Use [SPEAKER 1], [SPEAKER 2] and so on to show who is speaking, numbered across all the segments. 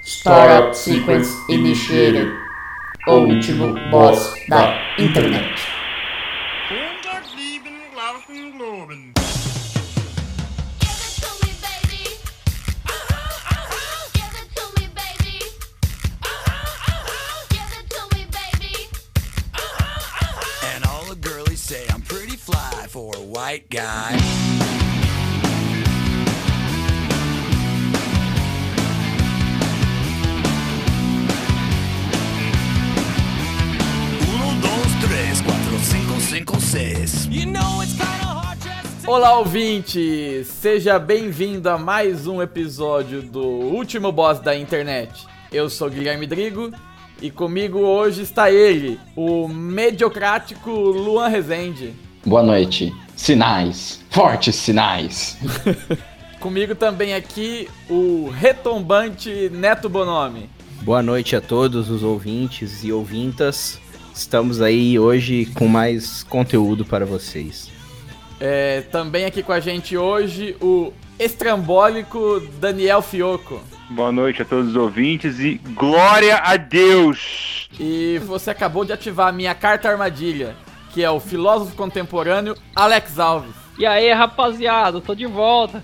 [SPEAKER 1] Startup Sequence Initiated, o último boss da internet.
[SPEAKER 2] 107.000 Globen.
[SPEAKER 3] Give it to me, baby. Uh-huh, uh-huh. Give it to me, baby. Uh-huh, uh-huh. Give it to me, baby.
[SPEAKER 4] And all the girlies say I'm pretty fly for a white guy. Uno, dos, tres, cuatro, cinco, cinco, seis.
[SPEAKER 5] Olá, ouvinte! Seja bem-vindo a mais um episódio do Último Boss da Internet. Eu sou Guilherme Drigo e comigo hoje está ele, o mediocrático Luan Rezende.
[SPEAKER 6] Boa noite. Sinais. Fortes sinais.
[SPEAKER 5] Comigo também aqui o retombante Neto Bonomi.
[SPEAKER 7] Boa noite a todos os ouvintes e ouvintas. Estamos aí hoje com mais conteúdo para vocês.
[SPEAKER 5] É, também aqui com a gente hoje o estrambólico Daniel Fioco.
[SPEAKER 8] Boa noite a todos os ouvintes e glória a Deus!
[SPEAKER 5] E você acabou de ativar a minha carta armadilha, que é o filósofo contemporâneo Alex Alves.
[SPEAKER 9] E aí, rapaziada, tô de volta.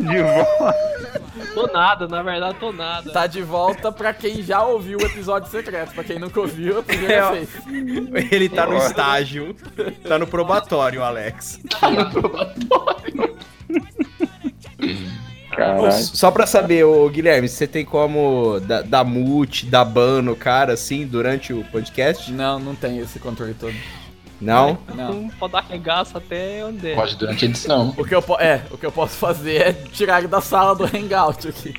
[SPEAKER 8] De volta.
[SPEAKER 9] Tô nada, na verdade, tô nada.
[SPEAKER 5] Tá de volta pra quem já ouviu o episódio secreto. Pra quem nunca ouviu, a primeira
[SPEAKER 7] É, ó.
[SPEAKER 5] vez.
[SPEAKER 7] Ele tá no estágio, tá no probatório, Alex.
[SPEAKER 6] Tá Caralho.
[SPEAKER 7] Só pra saber, ô Guilherme, você tem como dar da mute, dar ban no cara, assim, durante o podcast?
[SPEAKER 5] Não, não tem esse controle todo.
[SPEAKER 7] Não?
[SPEAKER 5] Não.
[SPEAKER 9] Então, pode dar regaço até onde é.
[SPEAKER 6] Pode durante a edição.
[SPEAKER 5] O que eu, po- é, o que eu posso fazer é tirar ele da sala do Hangout aqui.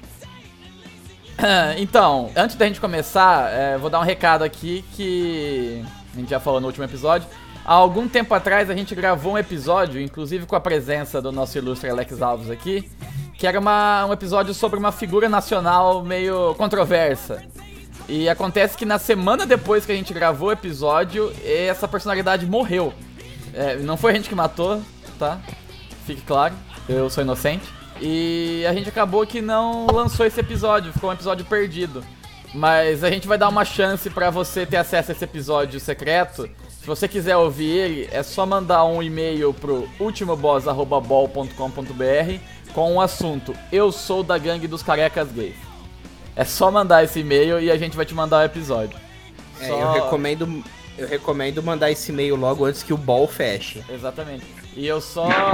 [SPEAKER 5] Ah, Então, antes da gente começar, é, vou dar um recado aqui que a gente já falou no último episódio. Há algum tempo atrás a gente gravou um episódio, inclusive com a presença do nosso ilustre Alex Alves aqui, que era uma- um episódio sobre uma figura nacional meio controversa. E acontece que na semana depois que a gente gravou o episódio, essa personalidade morreu. É, não foi a gente que matou, tá? Fique claro, eu sou inocente. E a gente acabou que não lançou esse episódio, ficou um episódio perdido. Mas a gente vai dar uma chance pra você ter acesso a esse episódio secreto. Se você quiser ouvir ele, é só mandar um e-mail pro ultimoboss@bol.com.br com o assunto Eu sou da gangue dos carecas gays. É só mandar esse e-mail e a gente vai te mandar o episódio.
[SPEAKER 7] É,
[SPEAKER 5] Só-
[SPEAKER 7] eu recomendo. Eu recomendo mandar esse e-mail logo antes que o ball feche.
[SPEAKER 5] Exatamente. E eu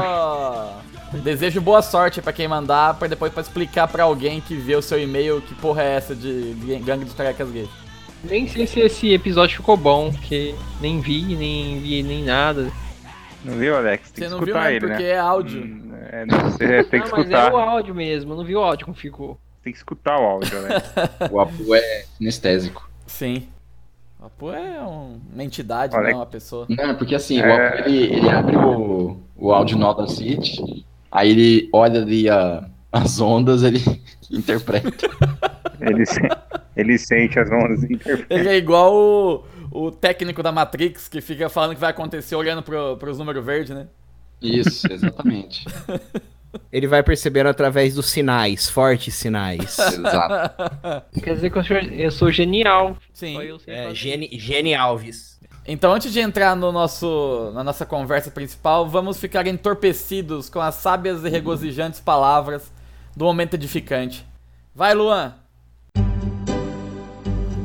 [SPEAKER 5] só desejo boa sorte pra quem mandar, pra depois pra explicar pra alguém que vê o seu e-mail que porra é essa de gangue dos carecas gays.
[SPEAKER 9] Nem sei se esse episódio ficou bom, porque nem vi, nem vi, nem nada.
[SPEAKER 8] Não viu, Alex? Tem
[SPEAKER 5] Você não
[SPEAKER 8] que
[SPEAKER 5] viu
[SPEAKER 8] escutar
[SPEAKER 5] mesmo
[SPEAKER 8] ele,
[SPEAKER 5] porque
[SPEAKER 8] né?
[SPEAKER 5] é áudio.
[SPEAKER 8] Hum, É, não, você é, tem que
[SPEAKER 9] não, mas
[SPEAKER 8] escutar.
[SPEAKER 9] é o áudio mesmo, eu não vi o áudio como ficou.
[SPEAKER 8] Tem que escutar o áudio, Alex.
[SPEAKER 6] O Apu é sinestésico.
[SPEAKER 5] Sim. O Apu é um- uma entidade,
[SPEAKER 8] Olha-
[SPEAKER 5] não é uma pessoa.
[SPEAKER 6] Não, é porque assim, o
[SPEAKER 8] É.
[SPEAKER 6] Apu ele, ele abre o, o áudio Nota City, aí ele olha ali a- as ondas, ele interpreta.
[SPEAKER 8] Ele, se- ele sente as mãos inter-
[SPEAKER 5] Ele é igual o, o técnico da Matrix que fica falando que vai acontecer olhando pro, pros números verdes, né?
[SPEAKER 6] Isso, exatamente.
[SPEAKER 7] Ele vai percebendo através dos sinais, fortes sinais.
[SPEAKER 6] Exato.
[SPEAKER 9] Quer dizer que eu sou, eu sou genial.
[SPEAKER 5] Sim.
[SPEAKER 9] Só eu sei
[SPEAKER 7] É,
[SPEAKER 9] fazer.
[SPEAKER 7] Gene, Gene Alves.
[SPEAKER 5] Então, antes de entrar no nosso, na nossa conversa principal, vamos ficar entorpecidos com as sábias e regozijantes palavras do momento edificante. Vai, Luan!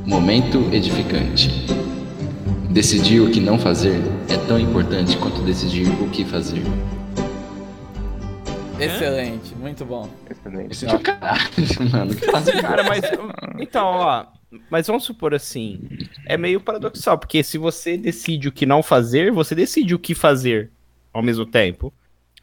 [SPEAKER 6] Momento edificante. Decidir o que não fazer é tão importante quanto decidir o que fazer.
[SPEAKER 5] Excelente, muito bom.
[SPEAKER 6] Isso é do caralho, mano.
[SPEAKER 7] é
[SPEAKER 6] Que faz
[SPEAKER 7] Cara, mas. Então, ó. Mas vamos supor assim. É meio paradoxal, porque se você decide o que não fazer, você decide o que fazer ao mesmo tempo.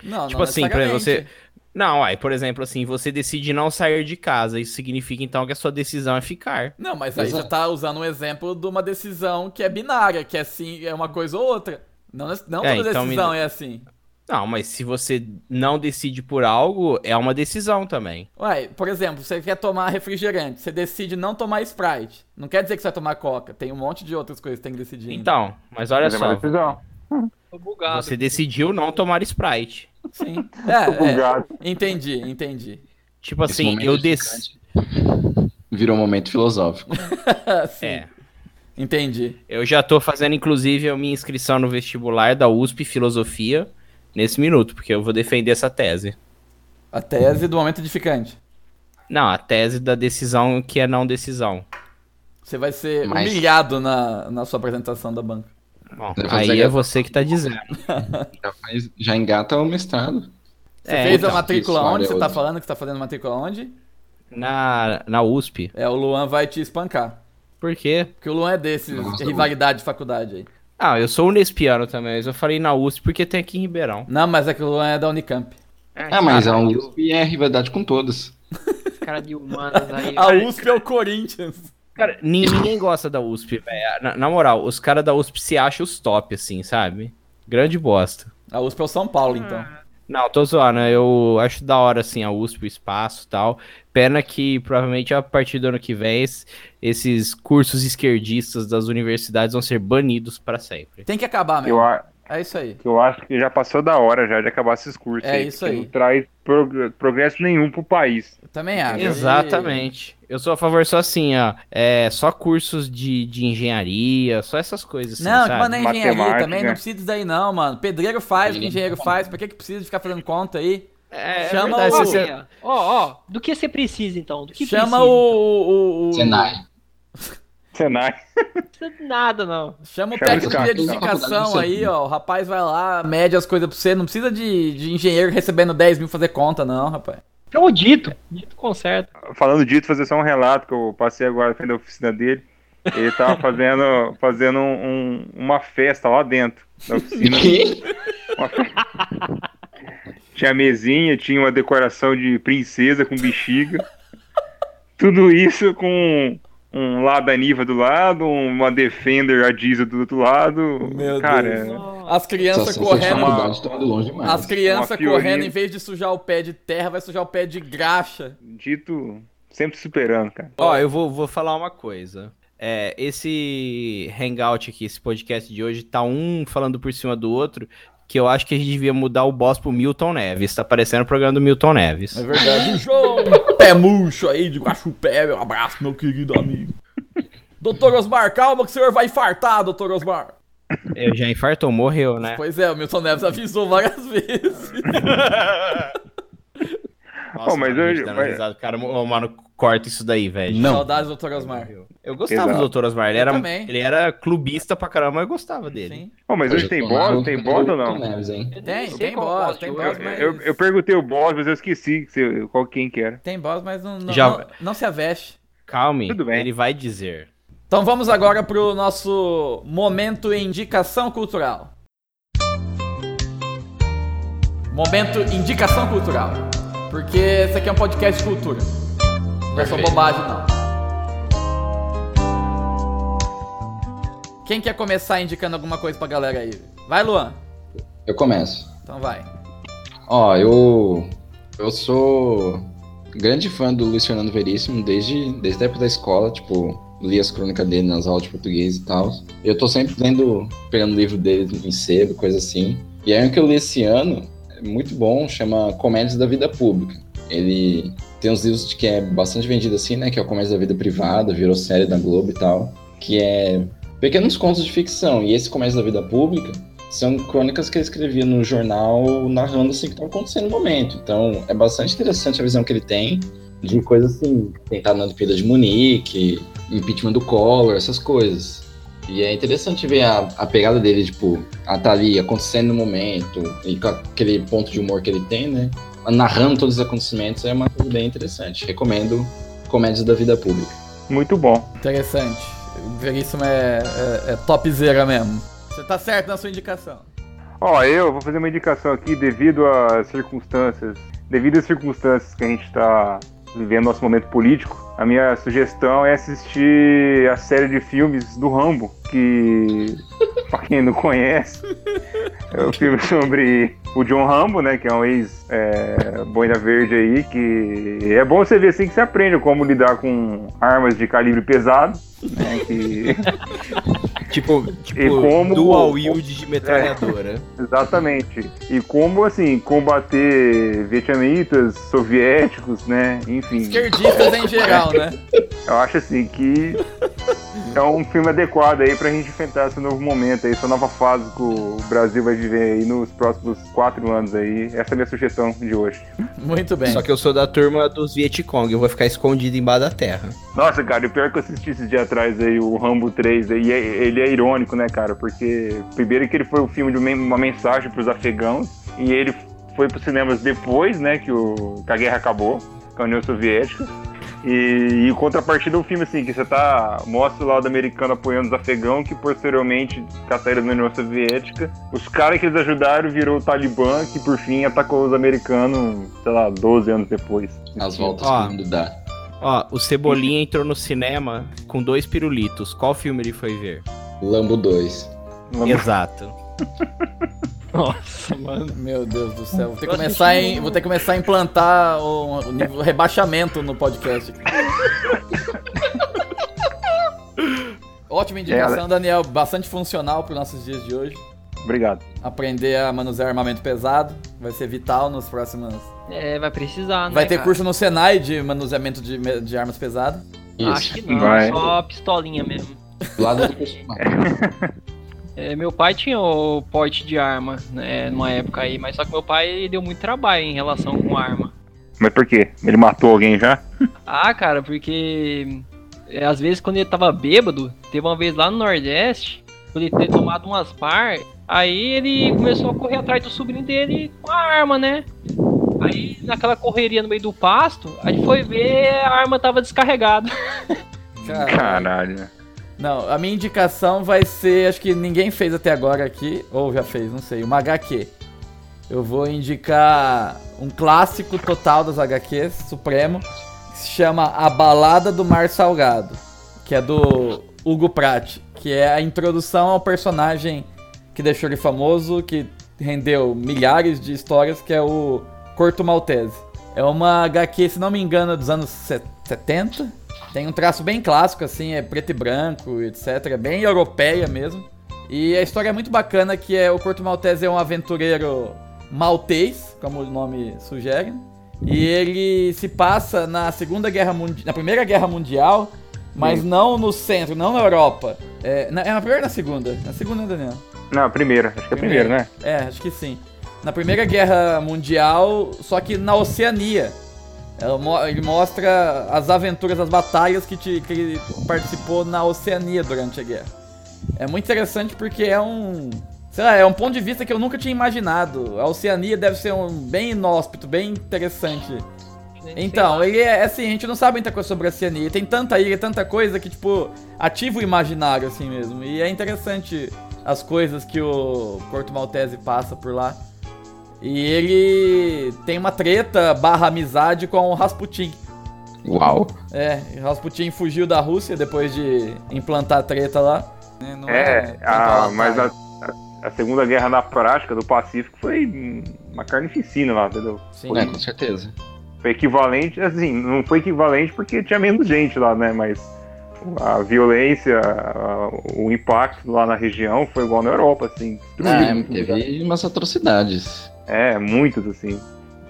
[SPEAKER 5] Não,
[SPEAKER 7] tipo
[SPEAKER 5] não
[SPEAKER 7] assim, por exemplo, você.
[SPEAKER 5] necessariamente.
[SPEAKER 7] Não, aí, por exemplo, assim, você decide não sair de casa. Isso significa então que a sua decisão é ficar.
[SPEAKER 5] Não, mas aí
[SPEAKER 6] Exato.
[SPEAKER 5] você tá usando um exemplo de uma decisão que é binária, que é sim, é uma coisa ou outra. Não, não
[SPEAKER 7] É,
[SPEAKER 5] toda
[SPEAKER 7] então me-
[SPEAKER 5] decisão é assim.
[SPEAKER 7] Não, mas se você não decide por algo, é uma decisão também.
[SPEAKER 5] Ué, por exemplo, você quer tomar refrigerante, você decide não tomar Sprite. Não quer dizer que você vai tomar Coca, tem um monte de outras coisas que tem que decidir. né? ainda.
[SPEAKER 7] Então, mas olha
[SPEAKER 8] Mas é uma
[SPEAKER 7] só.
[SPEAKER 8] decisão.
[SPEAKER 9] Tô bugado.
[SPEAKER 7] Você decidiu não tomar Sprite.
[SPEAKER 5] Sim. É, é,
[SPEAKER 8] Bugado.
[SPEAKER 5] Entendi, entendi.
[SPEAKER 7] Tipo
[SPEAKER 6] Esse
[SPEAKER 7] assim,
[SPEAKER 6] momento é
[SPEAKER 7] eu
[SPEAKER 6] de
[SPEAKER 7] desci.
[SPEAKER 6] Virou um momento filosófico.
[SPEAKER 5] Sim,
[SPEAKER 7] É.
[SPEAKER 5] Entendi.
[SPEAKER 7] Eu já tô fazendo, inclusive, a minha inscrição no vestibular da USP Filosofia nesse minuto, porque eu vou defender essa tese.
[SPEAKER 5] A tese do momento edificante.
[SPEAKER 7] Não, a tese da decisão que é não decisão.
[SPEAKER 5] Você vai ser
[SPEAKER 6] Mas-
[SPEAKER 5] humilhado na, na sua apresentação da banca.
[SPEAKER 7] Bom,
[SPEAKER 6] Você
[SPEAKER 7] aí
[SPEAKER 6] consegue-
[SPEAKER 7] é você que tá dizendo.
[SPEAKER 6] Já, faz- já engata o mestrado.
[SPEAKER 5] Você
[SPEAKER 7] É,
[SPEAKER 5] fez
[SPEAKER 6] então,
[SPEAKER 5] a matrícula
[SPEAKER 6] isso,
[SPEAKER 5] onde?
[SPEAKER 6] olha,
[SPEAKER 5] Você tá
[SPEAKER 6] eu-
[SPEAKER 5] falando que você tá fazendo matrícula onde?
[SPEAKER 7] Na, na USP.
[SPEAKER 5] É, o Luan vai te espancar.
[SPEAKER 7] Por quê?
[SPEAKER 5] Porque o Luan é desses,
[SPEAKER 6] Nossa,
[SPEAKER 5] rivalidade de faculdade aí.
[SPEAKER 7] Ah, eu sou unespiano também, mas eu falei na USP porque tem aqui em Ribeirão.
[SPEAKER 5] Não, mas é que o Luan é da Unicamp.
[SPEAKER 6] Ah, mas a USP é rivalidade com todas.
[SPEAKER 9] Cara de humanas aí.
[SPEAKER 5] USP é o Corinthians.
[SPEAKER 7] Cara, nin- ninguém gosta da USP, velho. Na, na moral, os caras da USP se acham os top, assim, sabe? Grande bosta.
[SPEAKER 5] A USP é o São Paulo, então.
[SPEAKER 7] Não, tô zoando. né? Eu acho da hora, assim, a USP, o espaço e tal. Pena que, provavelmente, a partir do ano que vem, es- esses cursos esquerdistas das universidades vão ser banidos pra sempre.
[SPEAKER 5] Tem que acabar
[SPEAKER 8] Eu,
[SPEAKER 5] mesmo.
[SPEAKER 8] a-
[SPEAKER 5] É isso aí.
[SPEAKER 8] eu acho que já passou da hora já de acabar esses cursos.
[SPEAKER 5] É isso
[SPEAKER 8] porque
[SPEAKER 5] aí.
[SPEAKER 8] Não traz prog- progresso nenhum pro país.
[SPEAKER 5] Eu também acho.
[SPEAKER 7] Exatamente. Eu sou a favor só assim, ó. É, só cursos de, de engenharia, só essas coisas.
[SPEAKER 5] E-
[SPEAKER 7] Assim,
[SPEAKER 5] Não,
[SPEAKER 7] sabe?
[SPEAKER 5] mano, é engenharia
[SPEAKER 8] Matemática.
[SPEAKER 5] também, não precisa disso daí não, mano. Pedreiro faz o que
[SPEAKER 6] Sim.
[SPEAKER 5] engenheiro faz, pra que que precisa ficar fazendo conta aí?
[SPEAKER 7] É, é
[SPEAKER 5] Chama
[SPEAKER 7] verdade,
[SPEAKER 5] o-
[SPEAKER 7] se você-
[SPEAKER 9] Ó, ó, do que você precisa então? Do que
[SPEAKER 5] Chama o,
[SPEAKER 9] precisa?
[SPEAKER 5] o, o-
[SPEAKER 6] Senai.
[SPEAKER 8] Senai.
[SPEAKER 9] Não precisa de nada, não.
[SPEAKER 5] Chama o
[SPEAKER 8] Chama
[SPEAKER 5] técnico
[SPEAKER 8] esse
[SPEAKER 5] de
[SPEAKER 8] cara.
[SPEAKER 5] edificação aí, ó. O rapaz vai lá, mede as coisas pra você. Não precisa de, de engenheiro recebendo 10 mil fazer conta, não, rapaz.
[SPEAKER 9] Chama o Dito. Dito conserta.
[SPEAKER 8] Falando dito, fazer só um relato que eu passei agora frente da oficina dele. Ele tava fazendo, fazendo um- uma festa lá dentro da oficina. Uma fe- tinha mesinha, tinha uma decoração de princesa com bexiga. Tudo isso com um Lada Niva do lado, uma Defender a diesel do outro lado.
[SPEAKER 5] Meu
[SPEAKER 8] Cara,
[SPEAKER 5] Deus.
[SPEAKER 9] Nossa,
[SPEAKER 5] As crianças
[SPEAKER 6] Essa correndo...
[SPEAKER 5] correndo.
[SPEAKER 6] faculdade tá indo longe demais.
[SPEAKER 5] As crianças
[SPEAKER 8] Uma Fiorina.
[SPEAKER 5] correndo, em vez de sujar o pé de terra, vai sujar o pé de graxa.
[SPEAKER 8] dito sempre superando, cara.
[SPEAKER 7] Ó, eu vou, vou falar uma coisa. É, esse hangout aqui, esse podcast de hoje, tá um falando por cima do outro, que eu acho que a gente devia mudar o boss pro Milton Neves. Tá parecendo o programa do Milton Neves.
[SPEAKER 5] verdade. Show! um Pé murcho aí, de guaxupé, meu abraço, meu querido amigo. Doutor Osmar, calma que o senhor vai infartar, doutor Osmar.
[SPEAKER 7] Eu já infartou, morreu, né?
[SPEAKER 5] Pois é, o Milton Neves avisou várias vezes.
[SPEAKER 7] Nossa,
[SPEAKER 8] Ô, mas
[SPEAKER 7] mano, a gente
[SPEAKER 8] eu-
[SPEAKER 7] dando
[SPEAKER 8] mas-
[SPEAKER 7] risada, cara, ô, mano, corta isso daí, velho.
[SPEAKER 5] Saudades, doutor Osmar.
[SPEAKER 7] Eu gostava
[SPEAKER 8] Exato.
[SPEAKER 7] do Dr. Osmar, ele era, um
[SPEAKER 5] também.
[SPEAKER 7] ele era clubista pra caramba, eu gostava dele.
[SPEAKER 5] Sim.
[SPEAKER 8] Bom, mas hoje tem boss? Tem boss ou não?
[SPEAKER 6] Neves, hein?
[SPEAKER 9] eu nem
[SPEAKER 5] Tem,
[SPEAKER 9] sei
[SPEAKER 5] tem
[SPEAKER 9] qual
[SPEAKER 5] boss,
[SPEAKER 9] boss
[SPEAKER 5] tem
[SPEAKER 9] hoje.
[SPEAKER 8] Eu,
[SPEAKER 5] boss, mas-
[SPEAKER 8] eu- eu perguntei o boss, mas eu esqueci que você- qual quem que era.
[SPEAKER 5] Tem boss, mas não, não,
[SPEAKER 7] Já-
[SPEAKER 5] não, não se aveste.
[SPEAKER 7] Calme,
[SPEAKER 8] Tudo bem.
[SPEAKER 7] ele vai dizer.
[SPEAKER 5] Então vamos agora pro nosso momento indicação cultural. Momento indicação cultural. Porque esse aqui é um podcast de cultura. Não é só
[SPEAKER 6] Perfeito.
[SPEAKER 5] bobagem, não. Quem quer começar indicando alguma coisa pra galera aí? Vai, Luan.
[SPEAKER 6] Eu começo.
[SPEAKER 5] Então vai.
[SPEAKER 6] Ó, eu. Eu sou grande fã do Luiz Fernando Veríssimo desde, desde a época da escola, tipo, li as crônicas dele nas aulas de português e tal. Eu tô sempre lendo, pegando livro dele em sebo, coisa assim. E aí o que eu li esse ano, é muito bom, chama Comédias da Vida Pública. Ele tem uns livros de que é bastante vendido assim, né? Que é o Comédia da Vida Privada, virou série da Globo e tal. Que é pequenos contos de ficção. E esse Comédia da Vida Pública são crônicas que ele escrevia no jornal narrando assim o que estava acontecendo no momento. Então é bastante interessante a visão que ele tem de coisas assim, tentar na Olimpíada de Munique, impeachment do Collor, essas coisas. E é interessante ver a, a pegada dele, tipo, a tá ali acontecendo no momento, e com aquele ponto de humor que ele tem, né? Narrando todos os acontecimentos é uma coisa bem interessante. Recomendo Comédias da Vida Pública.
[SPEAKER 8] Muito bom.
[SPEAKER 5] Interessante. Veríssimo é, é, é topzera mesmo. Você tá certo na sua indicação.
[SPEAKER 8] Ó, eu vou fazer uma indicação aqui devido às circunstâncias, devido às circunstâncias que a gente tá vivendo nosso momento político. A minha sugestão é assistir a série de filmes do Rambo, que pra quem não conhece, é o filme sobre o John Rambo, né, que é um ex é, boina verde aí, que é bom você ver assim que você aprende como lidar com armas de calibre pesado, né, que
[SPEAKER 7] Tipo,
[SPEAKER 8] E
[SPEAKER 7] tipo
[SPEAKER 8] como- é.
[SPEAKER 7] dual wield de metralhadora.
[SPEAKER 8] Exatamente. E como, assim, combater vietnamitas, soviéticos, né? Enfim,
[SPEAKER 5] Esquerdistas em geral, né?
[SPEAKER 8] eu acho, assim, que é um filme adequado aí pra gente enfrentar esse novo momento aí, essa nova fase que o Brasil vai viver aí nos próximos quatro anos aí. Essa é a minha sugestão de hoje.
[SPEAKER 5] Muito bem.
[SPEAKER 7] Só que eu sou da turma dos Vietcong, eu vou ficar escondido embaixo da terra.
[SPEAKER 8] Nossa, cara, e o pior que eu assisti esse dia atrás aí, o Rambo 3, aí, e é- ele é irônico, né, cara? Porque primeiro que ele foi o filme de uma- uma mensagem pros afegãos, e ele foi pros cinemas depois, né, que, o, que a guerra acabou, com a União Soviética. E, e em contrapartida um filme assim, que você tá. mostra o lado americano apoiando os afegãos, que posteriormente, com a saída da União Soviética, os caras que eles ajudaram virou o Talibã, que por fim atacou os americanos, sei lá, 12 anos depois.
[SPEAKER 6] As voltas
[SPEAKER 7] Ó.
[SPEAKER 6] que o mundo dá.
[SPEAKER 7] Ó, o Cebolinha entrou no cinema com dois pirulitos. Qual filme ele foi ver?
[SPEAKER 6] Lambo 2.
[SPEAKER 7] Exato.
[SPEAKER 9] Nossa, mano.
[SPEAKER 5] Meu Deus do céu, vou um- ter, que
[SPEAKER 7] Eu
[SPEAKER 5] começar
[SPEAKER 7] assisti
[SPEAKER 5] em, vou ter que começar a implantar o, o nível- o rebaixamento no podcast. Ótima indicação, Daniel. Bastante funcional para os nossos dias de hoje.
[SPEAKER 8] Obrigado.
[SPEAKER 5] Aprender a manusear armamento pesado vai ser vital nos próximos.
[SPEAKER 9] É, vai precisar, né?
[SPEAKER 5] Vai ter
[SPEAKER 9] cara?
[SPEAKER 5] curso no Senai de manuseamento de, me- de armas pesadas.
[SPEAKER 9] Acho
[SPEAKER 6] Isso.
[SPEAKER 9] que não,
[SPEAKER 8] Vai.
[SPEAKER 9] só pistolinha mesmo.
[SPEAKER 6] Do lado do personagem.
[SPEAKER 9] É, meu pai tinha o porte de arma, né, numa época aí, mas só que meu pai deu muito trabalho em relação com arma.
[SPEAKER 8] Mas por quê? Ele matou alguém já?
[SPEAKER 9] Ah, cara, porque é, às vezes quando ele tava bêbado, teve uma vez lá no Nordeste, por ele ter tomado umas par, aí ele começou a correr atrás do sobrinho dele com a arma, né? Aí naquela correria no meio do pasto, a gente foi ver a arma tava descarregada.
[SPEAKER 5] Cara,
[SPEAKER 8] Caralho.
[SPEAKER 5] não, a minha indicação vai ser, acho que ninguém fez até agora aqui, ou já fez, não sei, uma HQ. Eu vou indicar um clássico total das HQs, supremo, que se chama A Balada do Mar Salgado, que é do Hugo Pratt, que é a introdução ao personagem que deixou ele famoso, que rendeu milhares de histórias, que é o Corto Maltese. É uma HQ, se não me engano, dos anos se- 70. Tem um traço bem clássico, assim, é preto e branco, etc. É bem europeia mesmo. E a história é muito bacana, que é o Corto Maltese é um aventureiro maltês, como o nome sugere. E ele se passa na Segunda Guerra Mundial, na Primeira Guerra Mundial, mas não no centro, não na Europa. É na, é na primeira ou na segunda? Na segunda, né, Daniel?
[SPEAKER 8] Não, a primeira. Acho que é a primeira, né?
[SPEAKER 5] É, acho que sim. Na Primeira Guerra Mundial, só que na Oceania. Ela mo- Ele mostra as aventuras, as batalhas que, te- que ele participou na Oceania durante a guerra. É muito interessante porque é um. Sei lá, é um ponto de vista que eu nunca tinha imaginado. A Oceania deve ser um bem inóspito, bem interessante. Então, ele é é assim, a gente não sabe muita coisa sobre a Oceania. Tem tanta ilha, tanta coisa que, tipo, ativa o imaginário, assim mesmo. E é interessante as coisas que o Corto Maltese passa por lá. E ele tem uma treta barra amizade com o Rasputin.
[SPEAKER 6] Uau.
[SPEAKER 5] É, o Rasputin fugiu da Rússia depois de implantar a treta lá. Né, não
[SPEAKER 8] É,
[SPEAKER 5] tanto
[SPEAKER 8] a,
[SPEAKER 5] ela
[SPEAKER 8] mas a,
[SPEAKER 5] atrás.
[SPEAKER 8] a- a Segunda Guerra na prática do Pacífico foi hum, uma carnificina lá, entendeu?
[SPEAKER 5] Sim.
[SPEAKER 6] É, com certeza.
[SPEAKER 8] Foi equivalente, assim, não foi equivalente porque tinha menos gente lá, né? Mas a violência, a- o impacto lá na região foi igual na Europa, assim. destruiu
[SPEAKER 6] É,
[SPEAKER 8] muito lugar.
[SPEAKER 6] teve umas atrocidades.
[SPEAKER 8] É, muitos, assim.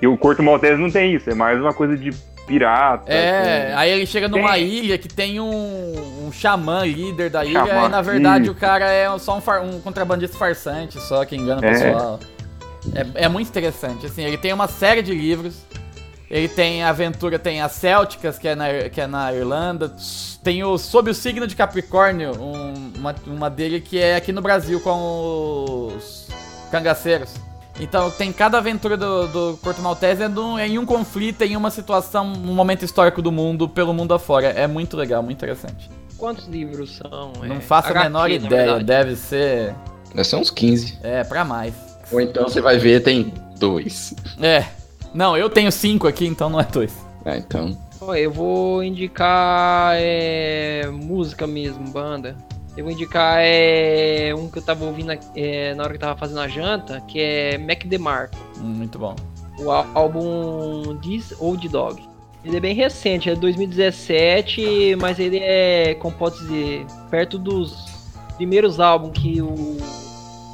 [SPEAKER 8] E o Corto Maltese não tem isso, é mais uma coisa de pirata.
[SPEAKER 5] É, aí ele chega numa
[SPEAKER 8] Tem.
[SPEAKER 5] ilha que tem um, um xamã líder da ilha,
[SPEAKER 8] Xamã,
[SPEAKER 5] e na verdade
[SPEAKER 8] isso.
[SPEAKER 5] o cara é só um, far- um contrabandista farsante, só que engana o
[SPEAKER 8] É.
[SPEAKER 5] pessoal. É, é muito interessante, assim, ele tem uma série de livros. Ele tem a aventura, tem as Célticas, que é na, Ir- que é na Irlanda. Tem o Sob o Signo de Capricórnio, um- uma, uma dele que é aqui no Brasil com os cangaceiros. Então, tem cada aventura do, do Corto Maltese é, num- é em um conflito, é em uma situação, um momento histórico do mundo, pelo mundo afora. É muito legal, muito interessante.
[SPEAKER 9] Quantos livros são? É,
[SPEAKER 5] Não faço a
[SPEAKER 9] HQ,
[SPEAKER 5] menor
[SPEAKER 9] na
[SPEAKER 5] ideia,
[SPEAKER 9] verdade.
[SPEAKER 5] deve ser.
[SPEAKER 6] Deve ser uns 15.
[SPEAKER 5] É, pra mais.
[SPEAKER 6] Ou então você vai ver, tem dois.
[SPEAKER 5] É. Não, eu tenho cinco aqui, então não é dois.
[SPEAKER 6] Ah, então.
[SPEAKER 9] Ó, Eu vou indicar é, música mesmo, banda. Eu vou indicar é, um que eu tava ouvindo é, na hora que eu tava fazendo a janta, que é Mac DeMarco,
[SPEAKER 5] Hum, Muito bom.
[SPEAKER 9] o á- álbum This Old Dog. Ele é bem recente, é de 2017, mas ele é, como pode dizer, perto dos primeiros álbuns que o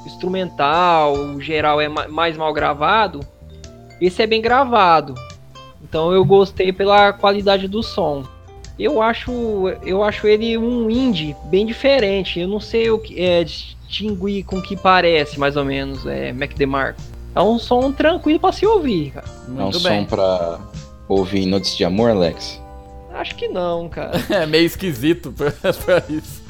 [SPEAKER 9] instrumental, o geral é ma- mais mal gravado, esse é bem gravado. Então eu gostei pela qualidade do som. Eu acho, eu acho ele um indie bem diferente. Eu não sei o que é, distinguir com que parece, mais ou menos, é Mac DeMarco. É um som tranquilo pra se ouvir, cara.
[SPEAKER 6] É um
[SPEAKER 5] Muito
[SPEAKER 6] som
[SPEAKER 5] bem.
[SPEAKER 6] pra ouvir notícias de amor, Alex?
[SPEAKER 9] Acho que não, cara.
[SPEAKER 5] É meio esquisito pra, pra isso.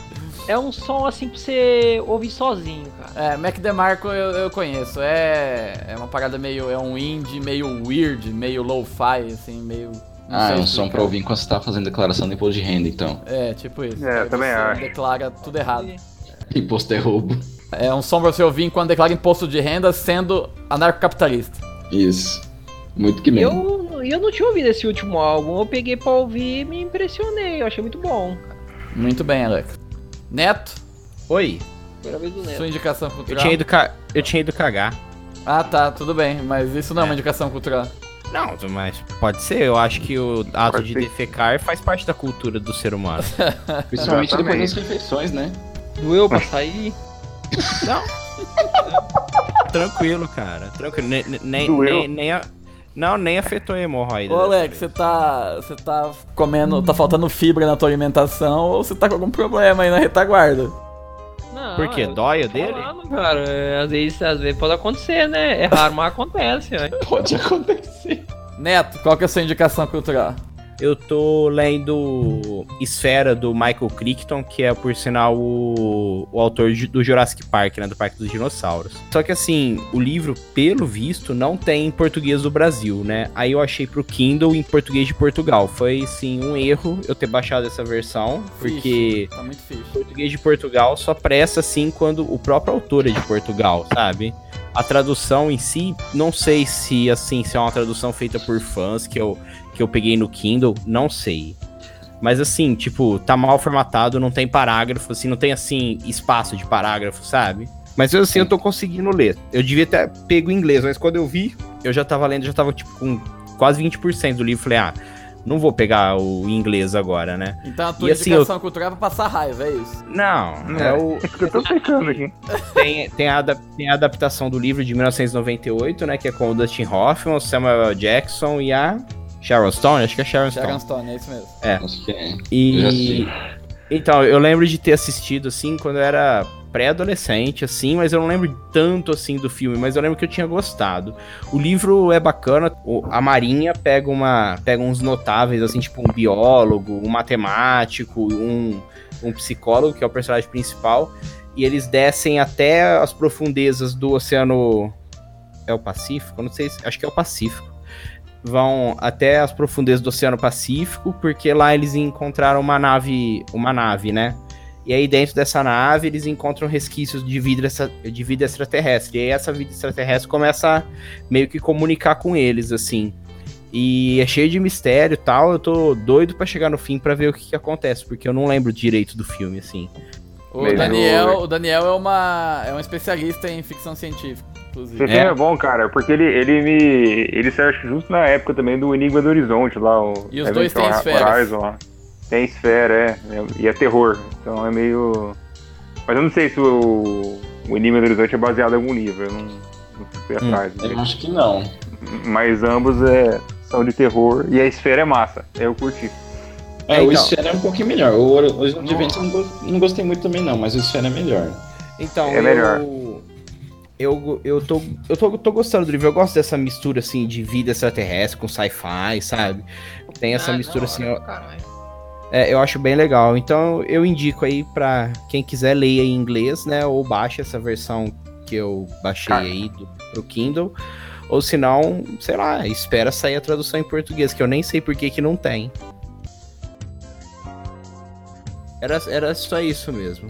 [SPEAKER 9] É um som assim pra você ouvir sozinho, cara.
[SPEAKER 5] É, Mac DeMarco eu, eu conheço. É, é uma parada meio. É um indie, meio weird, meio lo-fi, assim, meio. não
[SPEAKER 6] Ah, é
[SPEAKER 5] sei
[SPEAKER 6] um som
[SPEAKER 5] explicar.
[SPEAKER 6] pra ouvir enquanto você tá fazendo declaração de imposto de renda, então.
[SPEAKER 5] É, tipo isso.
[SPEAKER 8] É, eu
[SPEAKER 5] Aí
[SPEAKER 8] também
[SPEAKER 5] você
[SPEAKER 8] acho.
[SPEAKER 5] Declara tudo errado.
[SPEAKER 6] Imposto é roubo.
[SPEAKER 5] É um som pra você ouvir enquanto declara imposto de renda sendo anarcocapitalista.
[SPEAKER 6] Isso. Muito que bem.
[SPEAKER 9] Eu, eu não tinha ouvido esse último álbum, eu peguei pra ouvir e me impressionei, eu achei muito bom.
[SPEAKER 5] Muito bem, Alex. Neto,
[SPEAKER 7] Oi,
[SPEAKER 9] Primeira vez do Neto.
[SPEAKER 5] sua indicação
[SPEAKER 7] eu
[SPEAKER 5] cultural.
[SPEAKER 7] tinha, ido ca... eu tinha ido cagar.
[SPEAKER 5] Ah, tá, tudo bem, mas isso não é uma indicação cultural.
[SPEAKER 7] Não, mas pode ser. Eu acho que o ato
[SPEAKER 8] Pode
[SPEAKER 7] de
[SPEAKER 8] ser.
[SPEAKER 7] defecar faz parte da cultura do ser humano.
[SPEAKER 6] Principalmente depois
[SPEAKER 8] Exatamente.
[SPEAKER 6] das refeições, né?
[SPEAKER 9] Doeu pra sair?
[SPEAKER 7] tranquilo, cara. Tranquilo. Nem, nem,
[SPEAKER 8] Doeu.
[SPEAKER 7] nem, nem a... Não, nem afetou a hemorroida.
[SPEAKER 5] Ô, Alex, você tá, você tá comendo, tá faltando fibra na tua alimentação ou você tá com algum problema aí na retaguarda?
[SPEAKER 9] Não.
[SPEAKER 7] Por quê?
[SPEAKER 9] eu
[SPEAKER 7] Dói o
[SPEAKER 9] tô
[SPEAKER 7] dele?
[SPEAKER 9] falando, cara, é, às vezes, às vezes pode acontecer, né? É raro, mas acontece. né?
[SPEAKER 6] Pode acontecer.
[SPEAKER 5] Neto, qual que é a sua indicação cultural?
[SPEAKER 7] Eu tô lendo Esfera do Michael Crichton, que é, por sinal, o, o autor de- do Jurassic Park, né? Do Parque dos Dinossauros. Só que, assim, o livro, pelo visto, não tem em português do Brasil, né? Aí eu achei pro Kindle em português de Portugal. Foi, sim, um erro eu ter baixado essa versão, porque.
[SPEAKER 5] Tá muito fixe.
[SPEAKER 7] português de Portugal só presta assim quando o próprio autor é de Portugal, sabe? A tradução em si, não sei se assim, se é uma tradução feita por fãs que eu, que eu peguei no Kindle, não sei. Mas assim, tipo, tá mal formatado, não tem parágrafo, assim, não tem assim espaço de parágrafo, sabe? Mas assim, eu tô conseguindo ler. Eu devia ter pego em inglês, mas quando eu vi, eu já tava lendo, já tava tipo com quase 20% do livro, falei: "Ah, não vou pegar o inglês agora, né?"
[SPEAKER 5] Então a tua
[SPEAKER 7] E assim,
[SPEAKER 5] indicação cultural é pra passar raiva, é isso.
[SPEAKER 7] Não, é o
[SPEAKER 8] Eu tô secando aqui.
[SPEAKER 7] tem, tem, a, adap- tem a adaptação do livro de 1998, né? Que é com o Dustin Hoffman, o Samuel L. Jackson e a Sharon Stone. Acho que é Sharon
[SPEAKER 5] Sharon
[SPEAKER 7] Stone.
[SPEAKER 5] Stone, é isso mesmo.
[SPEAKER 6] Acho que é. Eu já
[SPEAKER 7] E...
[SPEAKER 6] assisti.
[SPEAKER 7] Então, eu lembro de ter assistido, assim, quando eu era pré-adolescente, assim, mas eu não lembro tanto, assim, do filme, mas eu lembro que eu tinha gostado. O livro é bacana, o- a Marinha pega uma pega uns notáveis, assim, tipo um biólogo, um matemático, um, um psicólogo, que é o personagem principal, e eles descem até as profundezas do oceano... É o Pacífico? Eu Não sei se... Acho que é o Pacífico vão até as profundezas do Oceano Pacífico, porque lá eles encontraram uma nave, uma nave, né? E aí dentro dessa nave eles encontram resquícios de vida, extra- de vida extraterrestre. E aí essa vida extraterrestre começa a meio que comunicar com eles, assim. E é cheio de mistério e tal. Eu tô doido pra chegar no fim pra ver o que, que acontece, porque eu não lembro direito do filme, assim.
[SPEAKER 5] O
[SPEAKER 8] Melhor.
[SPEAKER 5] Daniel, o Daniel é, uma, é um especialista em ficção científica,
[SPEAKER 8] Esse
[SPEAKER 5] inclusive.
[SPEAKER 8] filme é bom, cara, porque ele, ele me. Ele saiu acho que justo na época também do Enigma do Horizonte lá. O
[SPEAKER 5] E os dois têm
[SPEAKER 8] Event
[SPEAKER 5] esferas.
[SPEAKER 8] Horizon lá. Tem esfera, é. é, E é terror. Então é meio. Mas eu não sei se o, o Enigma do Horizonte é baseado em algum livro. Eu não, não fui
[SPEAKER 5] Hum.
[SPEAKER 8] atrás.
[SPEAKER 6] Eu acho que não.
[SPEAKER 8] Mas ambos é, são de terror e a esfera é massa. Eu curti.
[SPEAKER 6] É,
[SPEAKER 7] Então.
[SPEAKER 6] o Esfera é um pouquinho melhor. O Horizonte Event eu não go- não gostei muito também, não, mas o Esfera é melhor.
[SPEAKER 7] Então,
[SPEAKER 8] É melhor.
[SPEAKER 7] eu. Eu, go- eu, tô, eu tô, tô gostando do livro. Eu gosto dessa mistura, assim, de vida extraterrestre com sci-fi, sabe? Tem essa
[SPEAKER 9] Ah,
[SPEAKER 7] mistura,
[SPEAKER 9] não,
[SPEAKER 7] assim,
[SPEAKER 9] olha
[SPEAKER 7] eu,
[SPEAKER 9] pra caralho.
[SPEAKER 7] é, eu acho bem legal. Então, eu indico aí pra quem quiser leia em inglês, né? Ou baixa essa versão que eu baixei
[SPEAKER 8] Cara.
[SPEAKER 7] aí do, pro Kindle. Ou se não, sei lá, espera sair a tradução em português, que eu nem sei por que que não tem. Era, era só isso mesmo.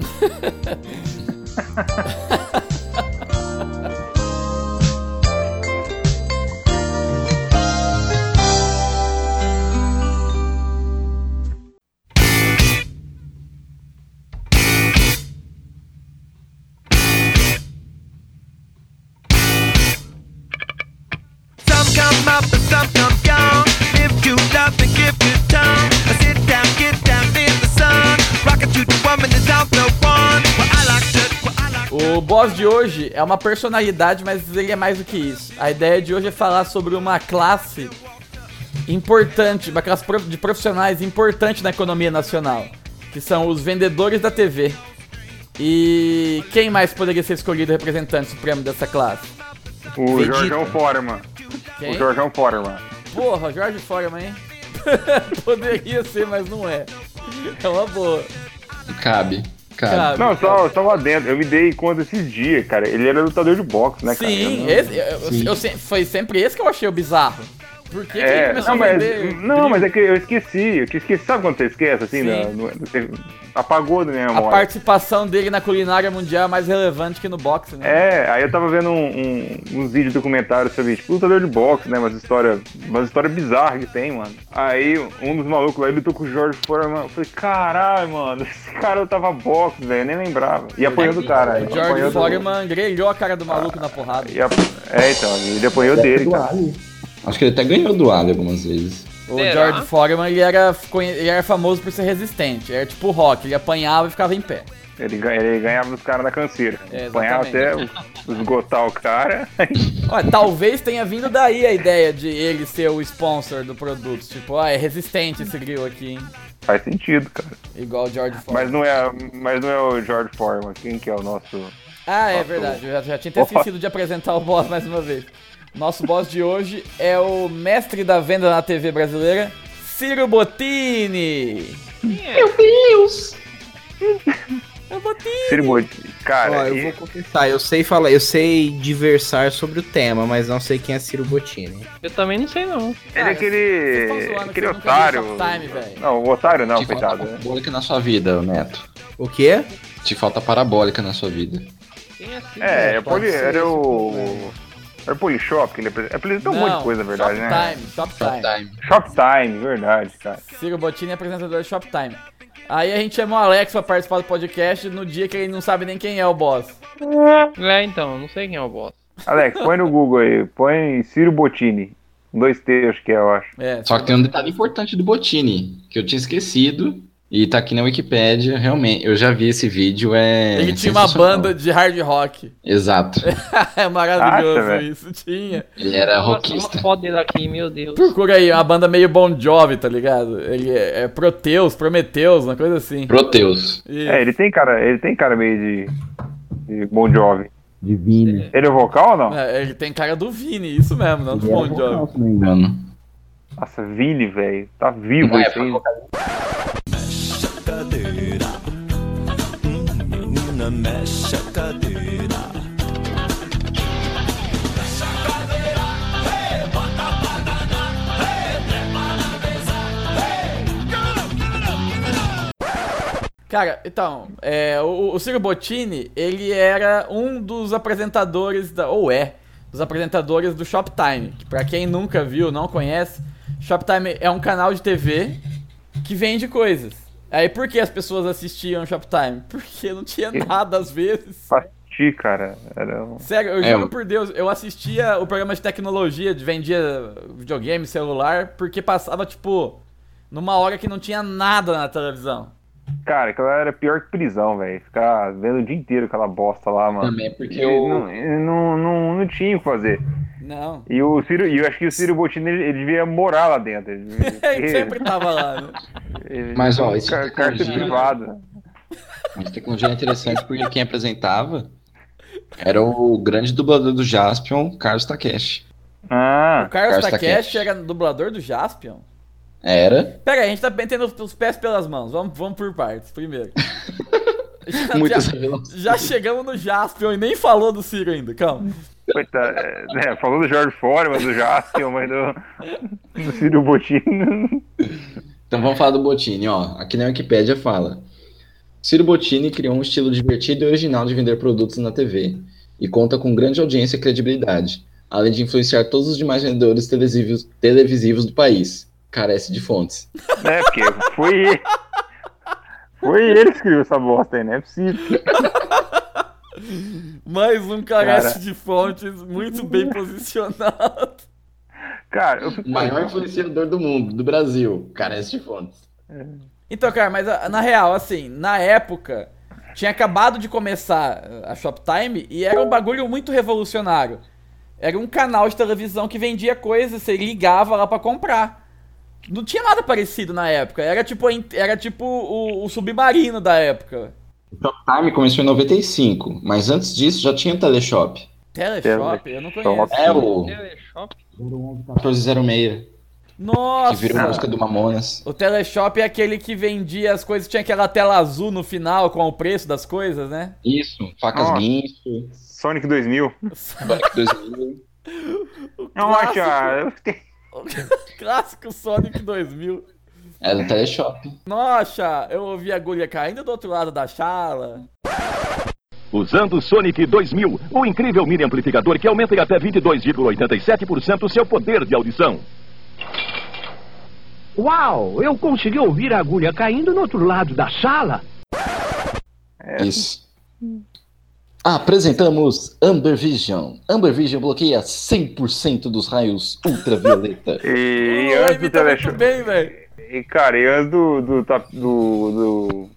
[SPEAKER 10] Some come up and some come down. If you love, then give your time. Sit down, get down in the sun. Rockin' to the woman is out the one. Well, I like
[SPEAKER 5] boss de hoje é uma personalidade, mas ele é mais do que isso. A ideia de hoje é falar sobre uma classe importante, uma classe pro- de profissionais importante na economia nacional, que são os vendedores da TV. E quem mais poderia ser escolhido representante supremo dessa classe?
[SPEAKER 8] O
[SPEAKER 7] Vegeta.
[SPEAKER 8] Jorgão Foreman.
[SPEAKER 5] Quem?
[SPEAKER 8] O Jorgão Foreman.
[SPEAKER 5] Porra, Jorge Foreman, hein? Poderia ser, mas não é. É uma boa.
[SPEAKER 6] Cabe. Cabe.
[SPEAKER 5] Cabe.
[SPEAKER 8] Não, só, só lá dentro. Eu me dei conta esses dias, cara. Ele era lutador de boxe, né, cara? Eu
[SPEAKER 5] Sim,
[SPEAKER 8] não-
[SPEAKER 5] esse, eu- eu-
[SPEAKER 6] Sim.
[SPEAKER 5] eu se- foi sempre esse que eu achei o bizarro. Por que, que ele
[SPEAKER 8] É,
[SPEAKER 5] começou
[SPEAKER 8] não,
[SPEAKER 5] a
[SPEAKER 8] mas,
[SPEAKER 5] vender?
[SPEAKER 8] não, mas é que eu esqueci, eu que esqueci. Sabe quando você esquece, assim?
[SPEAKER 5] Sim.
[SPEAKER 8] da- do- você apagou da minha
[SPEAKER 5] A
[SPEAKER 8] memória.
[SPEAKER 5] participação dele na culinária mundial é mais relevante que no boxe, né?
[SPEAKER 8] É, aí eu tava vendo um, um, uns vídeos documentários sobre, tipo, lutador de boxe, né? Umas histórias umas história bizarras que tem, mano. Aí um dos malucos lá, ele lutou com o Jorge Foreman. Eu falei, caralho, mano, esse cara lutava boxe, velho, eu nem lembrava. E apanhou do cara.
[SPEAKER 5] O
[SPEAKER 8] e
[SPEAKER 5] George
[SPEAKER 8] É, apanhou do-
[SPEAKER 5] Foreman grelhou a cara do maluco na porrada.
[SPEAKER 8] e a- É, então, ele apanhou dele,
[SPEAKER 6] É Do
[SPEAKER 8] cara.
[SPEAKER 6] Ali. Acho que ele até ganhou do Ali algumas vezes.
[SPEAKER 5] O
[SPEAKER 9] Será?
[SPEAKER 5] George Foreman, ele era, conhe- ele era famoso por ser resistente. Era tipo o Rock, ele apanhava e ficava em pé.
[SPEAKER 8] Ele, ganha- ele ganhava dos caras na canseira.
[SPEAKER 5] É,
[SPEAKER 8] apanhava até esgotar o cara.
[SPEAKER 5] Olha, talvez tenha vindo daí a ideia de ele ser o sponsor do produto. Tipo, ah, é resistente esse grill aqui, hein?
[SPEAKER 8] Faz sentido, cara.
[SPEAKER 5] Igual o George Foreman.
[SPEAKER 8] Mas não é, mas não é o George Foreman. Quem que é o nosso...
[SPEAKER 5] Ah, é verdade. Eu já, já tinha até esquecido de apresentar o boss mais uma vez. Nosso boss de hoje é o mestre da venda na TV brasileira, Ciro Bottini. Meu Deus! É o Bottini.
[SPEAKER 8] Ciro Botti. Cara,
[SPEAKER 7] Ó, eu
[SPEAKER 8] e-
[SPEAKER 7] vou confessar, eu sei falar, eu sei diversar sobre o tema, mas não sei quem é Ciro Bottini.
[SPEAKER 9] Eu também não sei não.
[SPEAKER 8] Ele é
[SPEAKER 5] vocês tão zoando
[SPEAKER 8] aquele.
[SPEAKER 5] que
[SPEAKER 8] aquele
[SPEAKER 5] vocês nunca viram
[SPEAKER 8] otário.
[SPEAKER 5] Shoptime, velho.
[SPEAKER 8] não, o otário não,
[SPEAKER 6] Te falta
[SPEAKER 8] coitado. né?
[SPEAKER 6] parabólica na sua vida, Neto.
[SPEAKER 7] O quê?
[SPEAKER 6] Te falta parabólica na sua vida.
[SPEAKER 9] Quem é assim?
[SPEAKER 8] É, é
[SPEAKER 9] pode
[SPEAKER 8] poli,
[SPEAKER 9] ser
[SPEAKER 8] era
[SPEAKER 9] esse
[SPEAKER 8] o.
[SPEAKER 9] problema.
[SPEAKER 8] Era o Polishop que ele apre- apresentou um monte de coisa, na verdade, né?
[SPEAKER 5] Shoptime, Shoptime.
[SPEAKER 6] Time.
[SPEAKER 8] Shoptime, verdade, cara.
[SPEAKER 5] Ciro Bottini é apresentador do Shoptime. Aí a gente chamou o Alex pra participar do podcast no dia que ele não sabe nem quem é o boss.
[SPEAKER 9] É, então, não sei quem é o boss.
[SPEAKER 8] Alex, põe no Google aí, põe Ciro Bottini. Com Dois T, acho que é, eu acho.
[SPEAKER 5] É,
[SPEAKER 6] Só que tem um detalhe importante do Botini, que eu tinha esquecido. E tá aqui na Wikipédia, realmente. Eu já vi esse vídeo, é.
[SPEAKER 5] ele tinha uma
[SPEAKER 6] sensacional.
[SPEAKER 5] banda de hard rock.
[SPEAKER 6] Exato.
[SPEAKER 5] é maravilhoso
[SPEAKER 8] velho.
[SPEAKER 5] isso, tinha.
[SPEAKER 6] Ele era
[SPEAKER 9] Nossa,
[SPEAKER 6] rockista.
[SPEAKER 9] uma foto dele aqui, meu Deus.
[SPEAKER 5] Procura aí, uma banda meio Bon Jovi, tá ligado? Ele é, é Proteus, Prometeus, uma coisa assim.
[SPEAKER 6] Proteus.
[SPEAKER 5] E-
[SPEAKER 8] É, ele tem cara, ele tem cara meio de. de Bon Jovi.
[SPEAKER 6] Divino.
[SPEAKER 8] Ele é vocal ou não?
[SPEAKER 5] é, ele tem cara do Vini, isso mesmo, não do
[SPEAKER 8] é
[SPEAKER 5] Bon Jovi.
[SPEAKER 6] Se não me engano.
[SPEAKER 8] Nossa, Vini, velho. Tá vivo
[SPEAKER 6] Não é,
[SPEAKER 8] isso
[SPEAKER 6] pra
[SPEAKER 8] aí.
[SPEAKER 6] colocar-
[SPEAKER 4] Cadeira. Hum, Menina, mexe a cadeira.
[SPEAKER 5] Cara, então, é, o, o Ciro Bottini, ele era um dos apresentadores da. Ou é, dos apresentadores do Shoptime. Que pra quem nunca viu, não conhece, Shoptime é um canal de TV que vende coisas. Aí por que as pessoas assistiam Shoptime? Porque não tinha nada às vezes.
[SPEAKER 8] Pati, cara. Era um-
[SPEAKER 5] Sério, eu
[SPEAKER 6] É,
[SPEAKER 5] juro
[SPEAKER 6] eu-
[SPEAKER 5] por Deus, eu assistia o programa de tecnologia, de vendia videogame, celular, porque passava, tipo, numa hora que não tinha nada na televisão.
[SPEAKER 8] Cara, aquilo era pior que prisão, velho. Ficar vendo o dia inteiro aquela bosta lá, mano.
[SPEAKER 6] Também, porque
[SPEAKER 8] E
[SPEAKER 6] eu.
[SPEAKER 8] Não, e não, não, não tinha o que fazer.
[SPEAKER 5] Não.
[SPEAKER 8] E o Ciro, e eu acho que o Ciro Bottini ele, ele devia morar lá dentro. Ele,
[SPEAKER 5] Ele
[SPEAKER 8] ele,
[SPEAKER 5] sempre tava lá, né?
[SPEAKER 8] ele-
[SPEAKER 6] Mas, ó,
[SPEAKER 8] ele-
[SPEAKER 6] esse tipo
[SPEAKER 8] car- cárcere
[SPEAKER 6] tecnologia-
[SPEAKER 8] privado.
[SPEAKER 6] Mas tecnologia é interessante porque quem apresentava era o grande dublador do Jaspion, Carlos Takeshi.
[SPEAKER 8] Ah,
[SPEAKER 5] O Carlos
[SPEAKER 6] Carlos
[SPEAKER 5] Takeshi
[SPEAKER 6] Takeshi.
[SPEAKER 5] era dublador do Jaspion?
[SPEAKER 6] Era.
[SPEAKER 5] Pera aí, a gente tá metendo os pés pelas mãos. Vamos, vamos por partes, primeiro. já,
[SPEAKER 6] Muitas
[SPEAKER 5] já,
[SPEAKER 6] revelações.
[SPEAKER 5] já chegamos no Jaspion e nem falou do Ciro ainda, calma.
[SPEAKER 8] coitado. é, né, falou do Jorge Foreman, do Jaspion, mas do, do Ciro Bottini.
[SPEAKER 6] Então vamos falar do Bottini, ó. Aqui na Wikipédia fala. Ciro Bottini criou um estilo divertido e original de vender produtos na TV e conta com grande audiência e credibilidade, além de influenciar todos os demais vendedores televisivos, televisivos do país. Carece de fontes.
[SPEAKER 8] né, porque foi ele. Foi ele que escreveu essa bosta aí, não é possível.
[SPEAKER 5] Mais um carece
[SPEAKER 8] Cara.
[SPEAKER 5] de fontes muito bem posicionado.
[SPEAKER 8] Cara, eu fico.
[SPEAKER 6] O maior influenciador do mundo, do Brasil. Carece de fontes.
[SPEAKER 5] ah, Então, cara, mas a- na real, assim, na época, Tinha acabado de começar a Shoptime e era um bagulho muito revolucionário. Era um canal de televisão que vendia coisas, você ligava lá pra comprar. Não tinha nada parecido na época. Era tipo, a in- era tipo o, o submarino da época.
[SPEAKER 6] Time começou em 95, mas antes disso já tinha o Teleshop.
[SPEAKER 5] Teleshop? Eu não conheço.
[SPEAKER 6] É o
[SPEAKER 9] Teleshop?
[SPEAKER 6] 1406, que virou
[SPEAKER 5] Nossa!
[SPEAKER 6] música do Mamonas.
[SPEAKER 5] O Teleshop é aquele que vendia as coisas, tinha aquela tela azul no final com o preço das coisas, né?
[SPEAKER 6] Isso, facas
[SPEAKER 8] Nossa.
[SPEAKER 6] guincho,
[SPEAKER 8] Sonic 2000.
[SPEAKER 6] Sonic 2000.
[SPEAKER 8] Nossa, cara.
[SPEAKER 5] Clássico Sonic 2000.
[SPEAKER 6] Era o Teleshop.
[SPEAKER 5] Nossa, eu ouvi a agulha caindo do outro lado da chala.
[SPEAKER 11] Usando o Sonic 2000, o incrível mini amplificador que aumenta em até 22,87% o seu poder de audição. Uau! Eu consegui ouvir a agulha caindo no outro lado da sala.
[SPEAKER 6] Isso. Hum. Apresentamos Amber Vision. Amber Vision bloqueia 100% dos raios ultravioleta.
[SPEAKER 8] E,
[SPEAKER 5] Pô,
[SPEAKER 8] antes do
[SPEAKER 5] imita muito
[SPEAKER 8] Teleshop.
[SPEAKER 5] tá bem, velho.
[SPEAKER 8] E, cara, e antes do, do, ta- do, do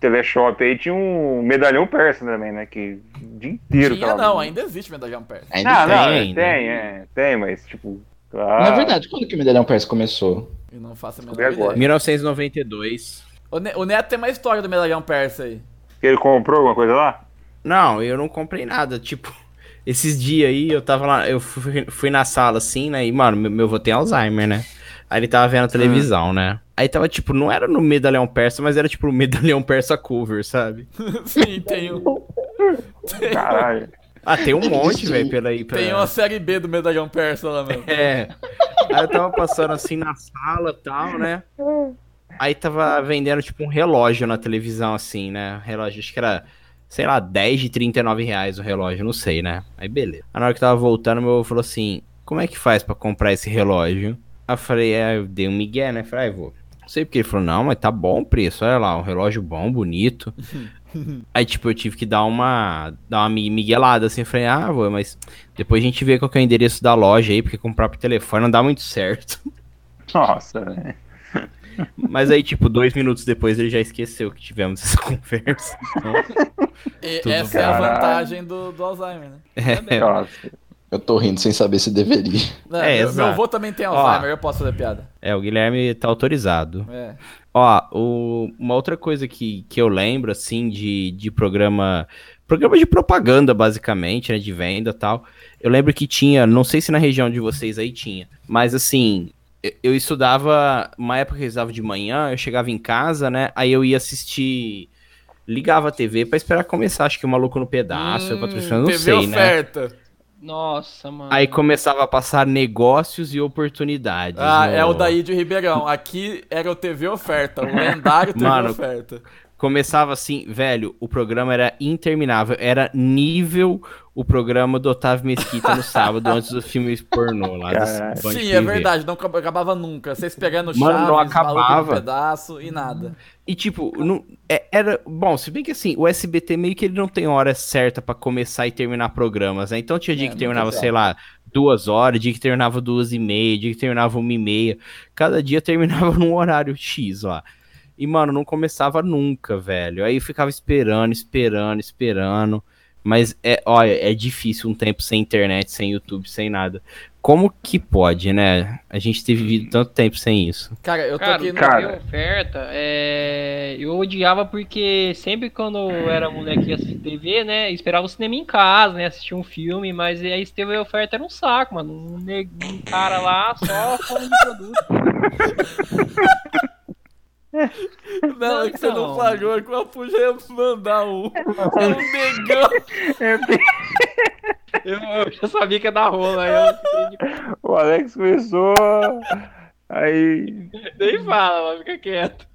[SPEAKER 8] Teleshop aí tinha um medalhão persa também, né? Que o dia inteiro
[SPEAKER 5] Tinha
[SPEAKER 8] tava-
[SPEAKER 5] não, ainda existe medalhão persa.
[SPEAKER 6] Ainda
[SPEAKER 8] Ah, não,
[SPEAKER 7] tem
[SPEAKER 8] tem,
[SPEAKER 7] ainda.
[SPEAKER 8] é, tem, mas tipo. Ah,
[SPEAKER 6] Na verdade, quando que o Medalhão Persa começou?
[SPEAKER 5] Eu não faço a
[SPEAKER 8] Descobri
[SPEAKER 5] menor
[SPEAKER 8] agora.
[SPEAKER 5] ideia.
[SPEAKER 7] 1992.
[SPEAKER 5] O, Ne- o Neto tem uma história do medalhão persa aí.
[SPEAKER 8] Ele comprou alguma coisa lá?
[SPEAKER 7] Não, eu não comprei nada. Tipo, esses dias aí eu tava lá, eu fui, fui na sala assim, né? E, mano, meu, meu avô tem Alzheimer, né? Aí ele tava vendo a televisão, né? Aí tava tipo, não era no Medalhão Persa, mas era tipo no Medalhão Persa cover, sabe?
[SPEAKER 5] Sim, tem, um,
[SPEAKER 8] Caralho.
[SPEAKER 7] Ah, tem um monte,
[SPEAKER 6] Sim.
[SPEAKER 7] velho, pela aí. Pela...
[SPEAKER 5] tem uma série B do medalhão persa lá mesmo.
[SPEAKER 7] É. Aí eu tava passando assim na sala e tal, né? Aí tava vendendo tipo um relógio na televisão, assim, né? Relógio, acho que era, sei lá, 10 de 39 reais o relógio, não sei, né? Aí beleza. Aí na hora que eu tava voltando, meu avô falou assim: Como é que faz pra comprar esse relógio? Aí eu falei: É, eu dei um migué, né? Falei: Ah, eu vou. Não sei porque ele falou: Não, mas tá bom o preço, olha lá, um relógio bom, bonito. Aí, tipo, eu tive que dar uma, dar uma mi- miguelada, assim, falei, ah, vô, mas depois a gente vê qual que é o endereço da loja aí, porque comprar por telefone não dá muito certo.
[SPEAKER 8] Nossa, né? velho.
[SPEAKER 7] Mas aí, tipo, dois minutos depois ele já esqueceu que tivemos essa conversa.
[SPEAKER 5] E
[SPEAKER 7] Tudo
[SPEAKER 5] essa é a
[SPEAKER 8] caralho.
[SPEAKER 5] vantagem do, do Alzheimer, né?
[SPEAKER 7] É,
[SPEAKER 8] Nossa.
[SPEAKER 6] Eu tô rindo sem saber se deveria.
[SPEAKER 5] Não,
[SPEAKER 7] É,
[SPEAKER 5] meu, meu
[SPEAKER 7] exato.
[SPEAKER 5] avô também tem Alzheimer, eu posso fazer piada.
[SPEAKER 7] é, o Guilherme tá autorizado.
[SPEAKER 5] É.
[SPEAKER 7] Ó, o- uma outra coisa que, que eu lembro, assim, de, de programa. Programa de propaganda, basicamente, né? De venda e tal. Eu lembro que tinha, não sei se na região de vocês aí tinha, mas assim, eu, eu estudava. Uma época que eu estudava de manhã, eu chegava em casa, né? Aí eu ia assistir. Ligava a TV pra esperar começar, acho que o maluco no pedaço,
[SPEAKER 5] Hum,
[SPEAKER 7] eu patrocinando, não
[SPEAKER 5] TV é
[SPEAKER 7] sei, né?
[SPEAKER 5] oferta.
[SPEAKER 9] Nossa, mano.
[SPEAKER 7] Aí começava a passar negócios e oportunidades.
[SPEAKER 5] Ah,
[SPEAKER 7] no-
[SPEAKER 5] é o daí de Ribeirão. Aqui era o TV Oferta, o lendário TV
[SPEAKER 7] Mano,
[SPEAKER 5] Oferta.
[SPEAKER 7] Começava assim, velho, o programa era interminável, era nível o programa do Otávio Mesquita no sábado, antes do filme pornô lá. do
[SPEAKER 8] Caralho.
[SPEAKER 7] Band
[SPEAKER 5] Sim,
[SPEAKER 7] TV.
[SPEAKER 5] é verdade, não acaba- acabava nunca. Vocês pegando
[SPEAKER 7] Mano,
[SPEAKER 5] Chaves,
[SPEAKER 7] não
[SPEAKER 5] maluco
[SPEAKER 7] acabava.
[SPEAKER 5] no pedaço e nada.
[SPEAKER 7] E tipo, não, é- era. Bom, se bem que assim, o SBT meio que ele não tem hora certa pra começar e terminar programas, né? Então tinha dia
[SPEAKER 5] É,
[SPEAKER 7] que
[SPEAKER 5] não
[SPEAKER 7] terminava,
[SPEAKER 5] tem
[SPEAKER 7] sei lá, duas horas, dia que terminava duas e meia, dia que terminava uma e meia. Cada dia terminava num horário X lá. E, mano, não começava nunca, velho. Aí eu ficava esperando, esperando, esperando. Mas é, olha, é difícil um tempo sem internet, sem YouTube, sem nada. Como que pode, né? A gente ter vivido tanto tempo sem isso.
[SPEAKER 5] Cara, eu tô
[SPEAKER 9] Cara,
[SPEAKER 5] aqui no.
[SPEAKER 8] cara.
[SPEAKER 9] Minha oferta, é... eu odiava porque sempre quando eu era moleque e ia assistir TV, né, eu esperava o cinema em casa, né, assistir um filme, mas aí esse TV oferta era um saco, mano, um, ne- um cara lá só falando de produto.
[SPEAKER 5] Não, é que você não
[SPEAKER 9] Não.
[SPEAKER 5] falhou, é que eu podia mandar um. É um negão.
[SPEAKER 9] Eu, eu já sabia que ia dar rola, aí eu fiquei de-
[SPEAKER 8] O Alex começou. Aí
[SPEAKER 9] nem fala, mano, fica quieto.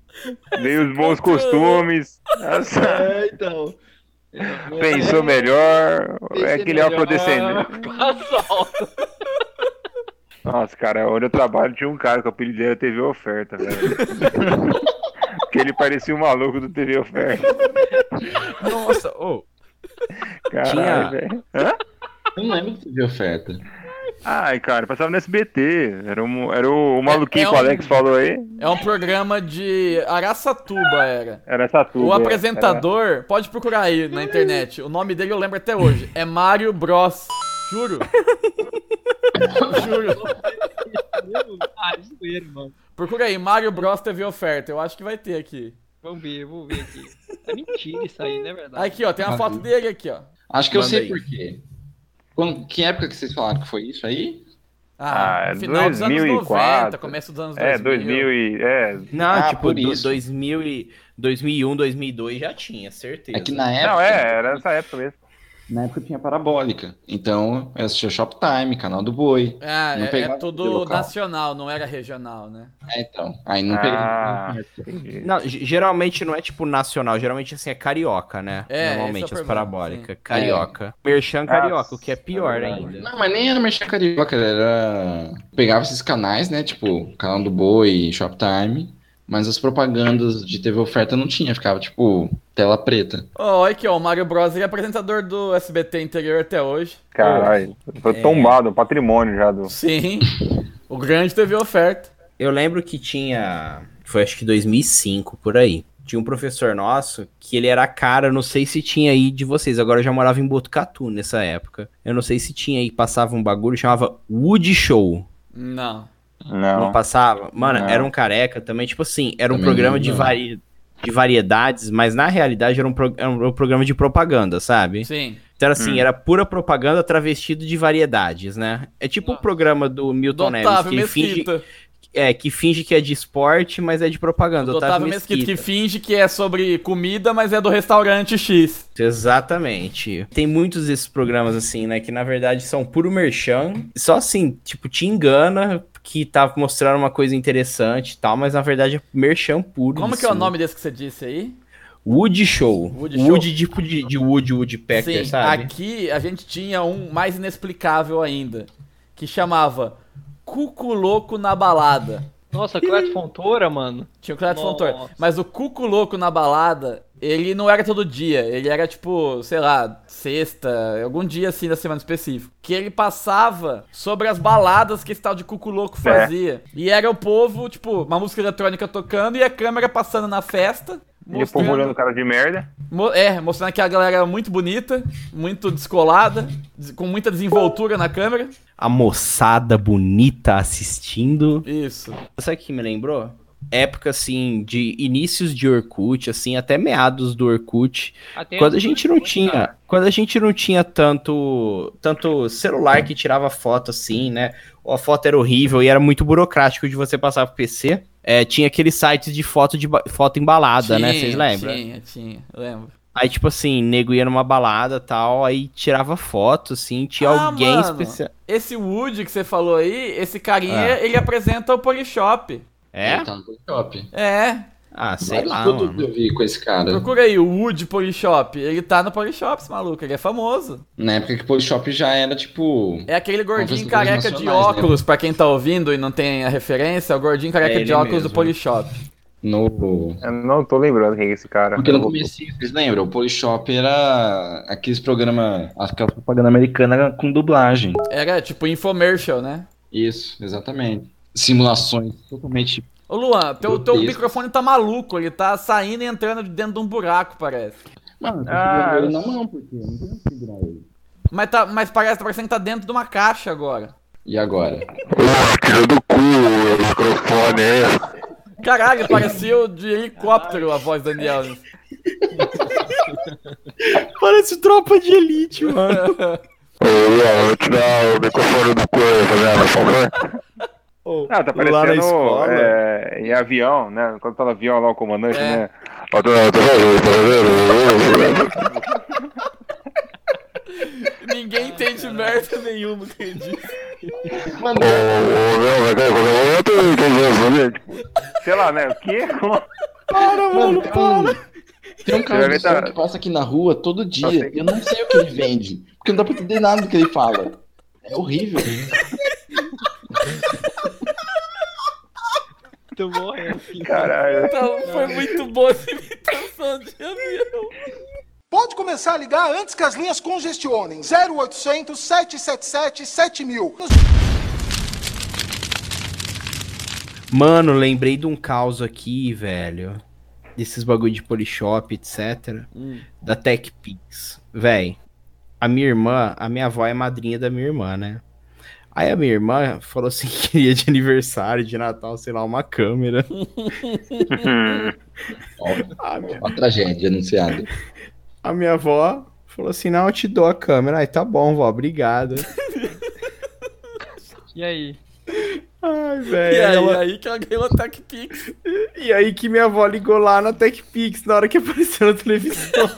[SPEAKER 8] veio os bons costumes. Nossa,
[SPEAKER 9] É, então.
[SPEAKER 8] pensou melhor. É aquele afrodescendente. Nossa, cara, onde eu trabalho tinha um cara que o apelido dele era TV Oferta, velho. Porque ele parecia um maluco do TV Oferta.
[SPEAKER 7] Nossa, ô.
[SPEAKER 8] Caralho,
[SPEAKER 7] Tinha-
[SPEAKER 8] velho.
[SPEAKER 6] Eu não lembro de TV oferta.
[SPEAKER 8] Ai, cara, passava no SBT. Era, um, era o, o maluquinho
[SPEAKER 5] é
[SPEAKER 8] que o
[SPEAKER 5] um-
[SPEAKER 8] Alex falou aí.
[SPEAKER 5] É um programa de Araçatuba, era.
[SPEAKER 8] Era essa turma.
[SPEAKER 5] O apresentador,
[SPEAKER 7] é.
[SPEAKER 5] pode procurar aí na internet. O nome dele eu lembro até hoje. É Mario Bros. Juro. Juro.
[SPEAKER 9] Ah, isso mesmo, mano.
[SPEAKER 5] Procura aí, Mario Bros TV oferta. Eu acho que vai ter aqui.
[SPEAKER 9] Vamos ver, vamos ver aqui. É mentira isso aí, não é verdade?
[SPEAKER 5] Aqui, ó, tem uma foto dele aqui, ó.
[SPEAKER 6] Acho que eu
[SPEAKER 7] Manda
[SPEAKER 6] sei
[SPEAKER 7] aí.
[SPEAKER 6] por quê. Quando- que época que vocês falaram que foi isso aí?
[SPEAKER 5] Ah,
[SPEAKER 8] Ah,
[SPEAKER 5] final dos anos 90,
[SPEAKER 8] 2004.
[SPEAKER 5] começo dos anos 2000.
[SPEAKER 8] É, 2000 e. É.
[SPEAKER 7] Não,
[SPEAKER 6] Ah,
[SPEAKER 7] tipo,
[SPEAKER 6] por
[SPEAKER 7] do-
[SPEAKER 6] isso.
[SPEAKER 7] 2000 e, 2001, 2002 já tinha, certeza.
[SPEAKER 6] É que na época,
[SPEAKER 8] Não, é, era essa época mesmo.
[SPEAKER 6] na época tinha parabólica. Então eu assistia Shoptime, Canal do Boi.
[SPEAKER 5] Ah,
[SPEAKER 6] Não
[SPEAKER 5] é, é
[SPEAKER 6] pegava o
[SPEAKER 5] tudo
[SPEAKER 6] local.
[SPEAKER 5] nacional, não era regional, né?
[SPEAKER 6] É, então. Aí não
[SPEAKER 8] Ah,
[SPEAKER 6] pegava.
[SPEAKER 8] entendi.
[SPEAKER 7] Não, ge- geralmente não é tipo nacional, geralmente assim é carioca, né?
[SPEAKER 5] É,
[SPEAKER 7] Normalmente
[SPEAKER 5] esse é o
[SPEAKER 7] as
[SPEAKER 5] problema,
[SPEAKER 7] parabólicas. Carioca. Merchan carioca, o que é pior
[SPEAKER 8] Nossa,
[SPEAKER 7] ainda.
[SPEAKER 6] Não, mas nem era mexer carioca, era. Pegava esses canais, né? Tipo, Canal do Boi, Shoptime. Mas as propagandas de TV oferta não tinha, ficava tipo tela preta.
[SPEAKER 5] Ó, olha aqui, ó, o Mario Bros ele é apresentador do SBT interior até hoje.
[SPEAKER 8] Caralho, foi
[SPEAKER 7] É.
[SPEAKER 8] tombado, um patrimônio já do.
[SPEAKER 5] Sim. o grande TV oferta.
[SPEAKER 7] Eu lembro que tinha. Foi acho que 2005 por aí. Tinha um professor nosso que ele era cara, eu não sei se tinha aí de vocês. Agora eu já morava em Botucatu nessa época. Eu não sei se tinha aí, passava um bagulho, chamava Wood Show.
[SPEAKER 5] Não.
[SPEAKER 7] Não,
[SPEAKER 8] Não.
[SPEAKER 7] passava? Mano,
[SPEAKER 8] Não.
[SPEAKER 7] era um careca também, tipo assim, era um
[SPEAKER 6] Também
[SPEAKER 7] programa de,
[SPEAKER 6] não.
[SPEAKER 7] vari... de variedades, mas na realidade era um, pro- era um programa de propaganda, sabe?
[SPEAKER 5] Sim.
[SPEAKER 7] Então era assim,
[SPEAKER 6] Hum.
[SPEAKER 7] era pura propaganda travestido de variedades, né? É tipo o programa do
[SPEAKER 5] Do
[SPEAKER 7] Milton Neves,
[SPEAKER 5] Otávio
[SPEAKER 7] que finge,
[SPEAKER 5] Mesquita.
[SPEAKER 7] é, que finge que é de esporte, mas é de propaganda.
[SPEAKER 5] Do Otávio Mesquita, que finge que é sobre comida, mas é do restaurante X.
[SPEAKER 7] Exatamente. Tem muitos desses programas assim, né? Que na verdade são puro merchan. Só assim, tipo, te engana que tá mostrando uma coisa interessante e tal, mas na verdade é merchan puro.
[SPEAKER 5] Como
[SPEAKER 7] de
[SPEAKER 5] que é o
[SPEAKER 7] cima.
[SPEAKER 5] nome desse que você disse aí?
[SPEAKER 7] Wood Show.
[SPEAKER 5] Wood
[SPEAKER 7] Wood,
[SPEAKER 5] Show?
[SPEAKER 7] tipo de, de Wood, Woodpecker,
[SPEAKER 5] Sim,
[SPEAKER 7] sabe?
[SPEAKER 5] aqui a gente tinha um mais inexplicável ainda, que chamava Cuco Louco na Balada.
[SPEAKER 9] Nossa, Cleto Fontoura, mano.
[SPEAKER 5] Tinha o Cleto
[SPEAKER 9] Nossa.
[SPEAKER 5] Fontoura. Mas o Cuco Louco na balada, ele não era todo dia. Ele era tipo, sei lá, sexta, algum dia assim da semana específico. Que ele passava sobre as baladas que esse tal de Cuco
[SPEAKER 8] É.
[SPEAKER 5] Louco fazia. E era o povo, tipo, uma música eletrônica tocando e a câmera passando na festa.
[SPEAKER 8] E o povo olhando
[SPEAKER 5] Mostrando,
[SPEAKER 8] o cara de merda.
[SPEAKER 5] mo- é, mostrando que a galera era muito bonita, muito descolada, des- com muita desenvoltura na câmera.
[SPEAKER 7] A moçada bonita assistindo.
[SPEAKER 5] Isso.
[SPEAKER 7] Sabe o que me lembrou? Época, assim, de inícios de Orkut, assim, até meados do Orkut.
[SPEAKER 9] Até
[SPEAKER 7] Quando a gente não tinha, quando a gente não tinha tanto, tanto celular que tirava foto assim, né? Ou A foto era horrível e era muito burocrático de você passar pro PC. É, tinha aqueles sites de foto de ba- foto embalada, né? Vocês lembram?
[SPEAKER 5] Tinha, tinha, lembro.
[SPEAKER 7] Aí tipo assim, nego ia numa balada, tal, aí tirava foto assim, tinha
[SPEAKER 5] Ah,
[SPEAKER 7] alguém
[SPEAKER 5] mano.
[SPEAKER 7] especial.
[SPEAKER 5] Esse Wood que você falou aí, esse carinha,
[SPEAKER 7] Ah.
[SPEAKER 5] ele apresenta o Polishop.
[SPEAKER 7] É?
[SPEAKER 6] Tá no Shop.
[SPEAKER 5] É,
[SPEAKER 7] Ah, sei
[SPEAKER 6] Mas
[SPEAKER 7] lá,
[SPEAKER 6] Tudo
[SPEAKER 7] mano.
[SPEAKER 6] que eu vi com esse cara.
[SPEAKER 5] procura aí, o Wood Polishop. Ele tá no Polishop, esse maluco, ele é famoso.
[SPEAKER 6] Na época que o Polishop já era tipo.
[SPEAKER 5] É aquele gordinho
[SPEAKER 6] Conversas
[SPEAKER 5] careca de
[SPEAKER 6] nacionais, né?
[SPEAKER 5] óculos, pra quem tá ouvindo e não tem a referência, é o gordinho careca
[SPEAKER 7] ele
[SPEAKER 5] de óculos do
[SPEAKER 7] mesmo.
[SPEAKER 5] Polishop.
[SPEAKER 6] No.
[SPEAKER 8] Eu não tô lembrando quem é esse cara.
[SPEAKER 6] Porque no começo, vocês lembram? O Polishop era aqueles programa, aquela propaganda americana com dublagem.
[SPEAKER 5] Era tipo infomercial, né?
[SPEAKER 6] Isso, exatamente. Simulações totalmente.
[SPEAKER 5] Ô Luan, teu, teu
[SPEAKER 6] Deus.
[SPEAKER 5] microfone tá maluco, ele tá saindo e entrando de dentro de um buraco, parece.
[SPEAKER 6] Mano, eu
[SPEAKER 8] Ah,
[SPEAKER 6] ah,
[SPEAKER 8] eu-
[SPEAKER 6] na mão, porque eu não tenho que segurar ele.
[SPEAKER 5] Mas, tá, mas parece, tá parecendo que tá dentro de uma caixa agora.
[SPEAKER 6] E agora?
[SPEAKER 5] Caralho, pareceu de helicóptero a voz do Daniel.
[SPEAKER 7] Parece tropa de elite, mano.
[SPEAKER 8] Ah, tá
[SPEAKER 7] Lá na
[SPEAKER 8] parecendo
[SPEAKER 7] escola.
[SPEAKER 8] é, em avião, né? Quando tá no avião lá o comandante,
[SPEAKER 5] É.
[SPEAKER 8] né?
[SPEAKER 5] Ninguém entende merda nenhuma que ele diz.
[SPEAKER 6] Mano,
[SPEAKER 8] Sei lá, né? O quê? Como-
[SPEAKER 6] mano, para. Tem um cara
[SPEAKER 8] Você vai
[SPEAKER 6] do
[SPEAKER 8] ver, tá?
[SPEAKER 6] som que passa aqui na rua todo dia.
[SPEAKER 8] sei.
[SPEAKER 6] Eu não sei o que ele vende. Porque não dá pra entender nada do que ele fala. É horrível.
[SPEAKER 9] Tu morre.
[SPEAKER 8] Caralho.
[SPEAKER 5] Então, foi muito boa essa imitação de avião.
[SPEAKER 12] Pode começar a ligar antes que as linhas congestionem. 0800 777 7000.
[SPEAKER 7] Mano, lembrei de um caos aqui, velho. Desses bagulho de polishop, etc.
[SPEAKER 5] Hum.
[SPEAKER 7] Da TechPix. Véi, a minha irmã, a minha avó é madrinha da minha irmã, né? Aí a minha irmã falou assim que queria de aniversário, de Natal, sei lá, uma câmera.
[SPEAKER 8] Hum,
[SPEAKER 7] Ah,
[SPEAKER 6] Uma tragédia anunciada.
[SPEAKER 7] A minha avó falou assim, não, eu te dou a câmera. Aí tá bom, vó, obrigada.
[SPEAKER 9] E aí?
[SPEAKER 7] Ai,
[SPEAKER 8] É,
[SPEAKER 5] e aí,
[SPEAKER 7] ela-
[SPEAKER 5] aí que ela ganhou o TechPix.
[SPEAKER 7] E aí que minha avó ligou lá na TechPix na hora que apareceu na televisão.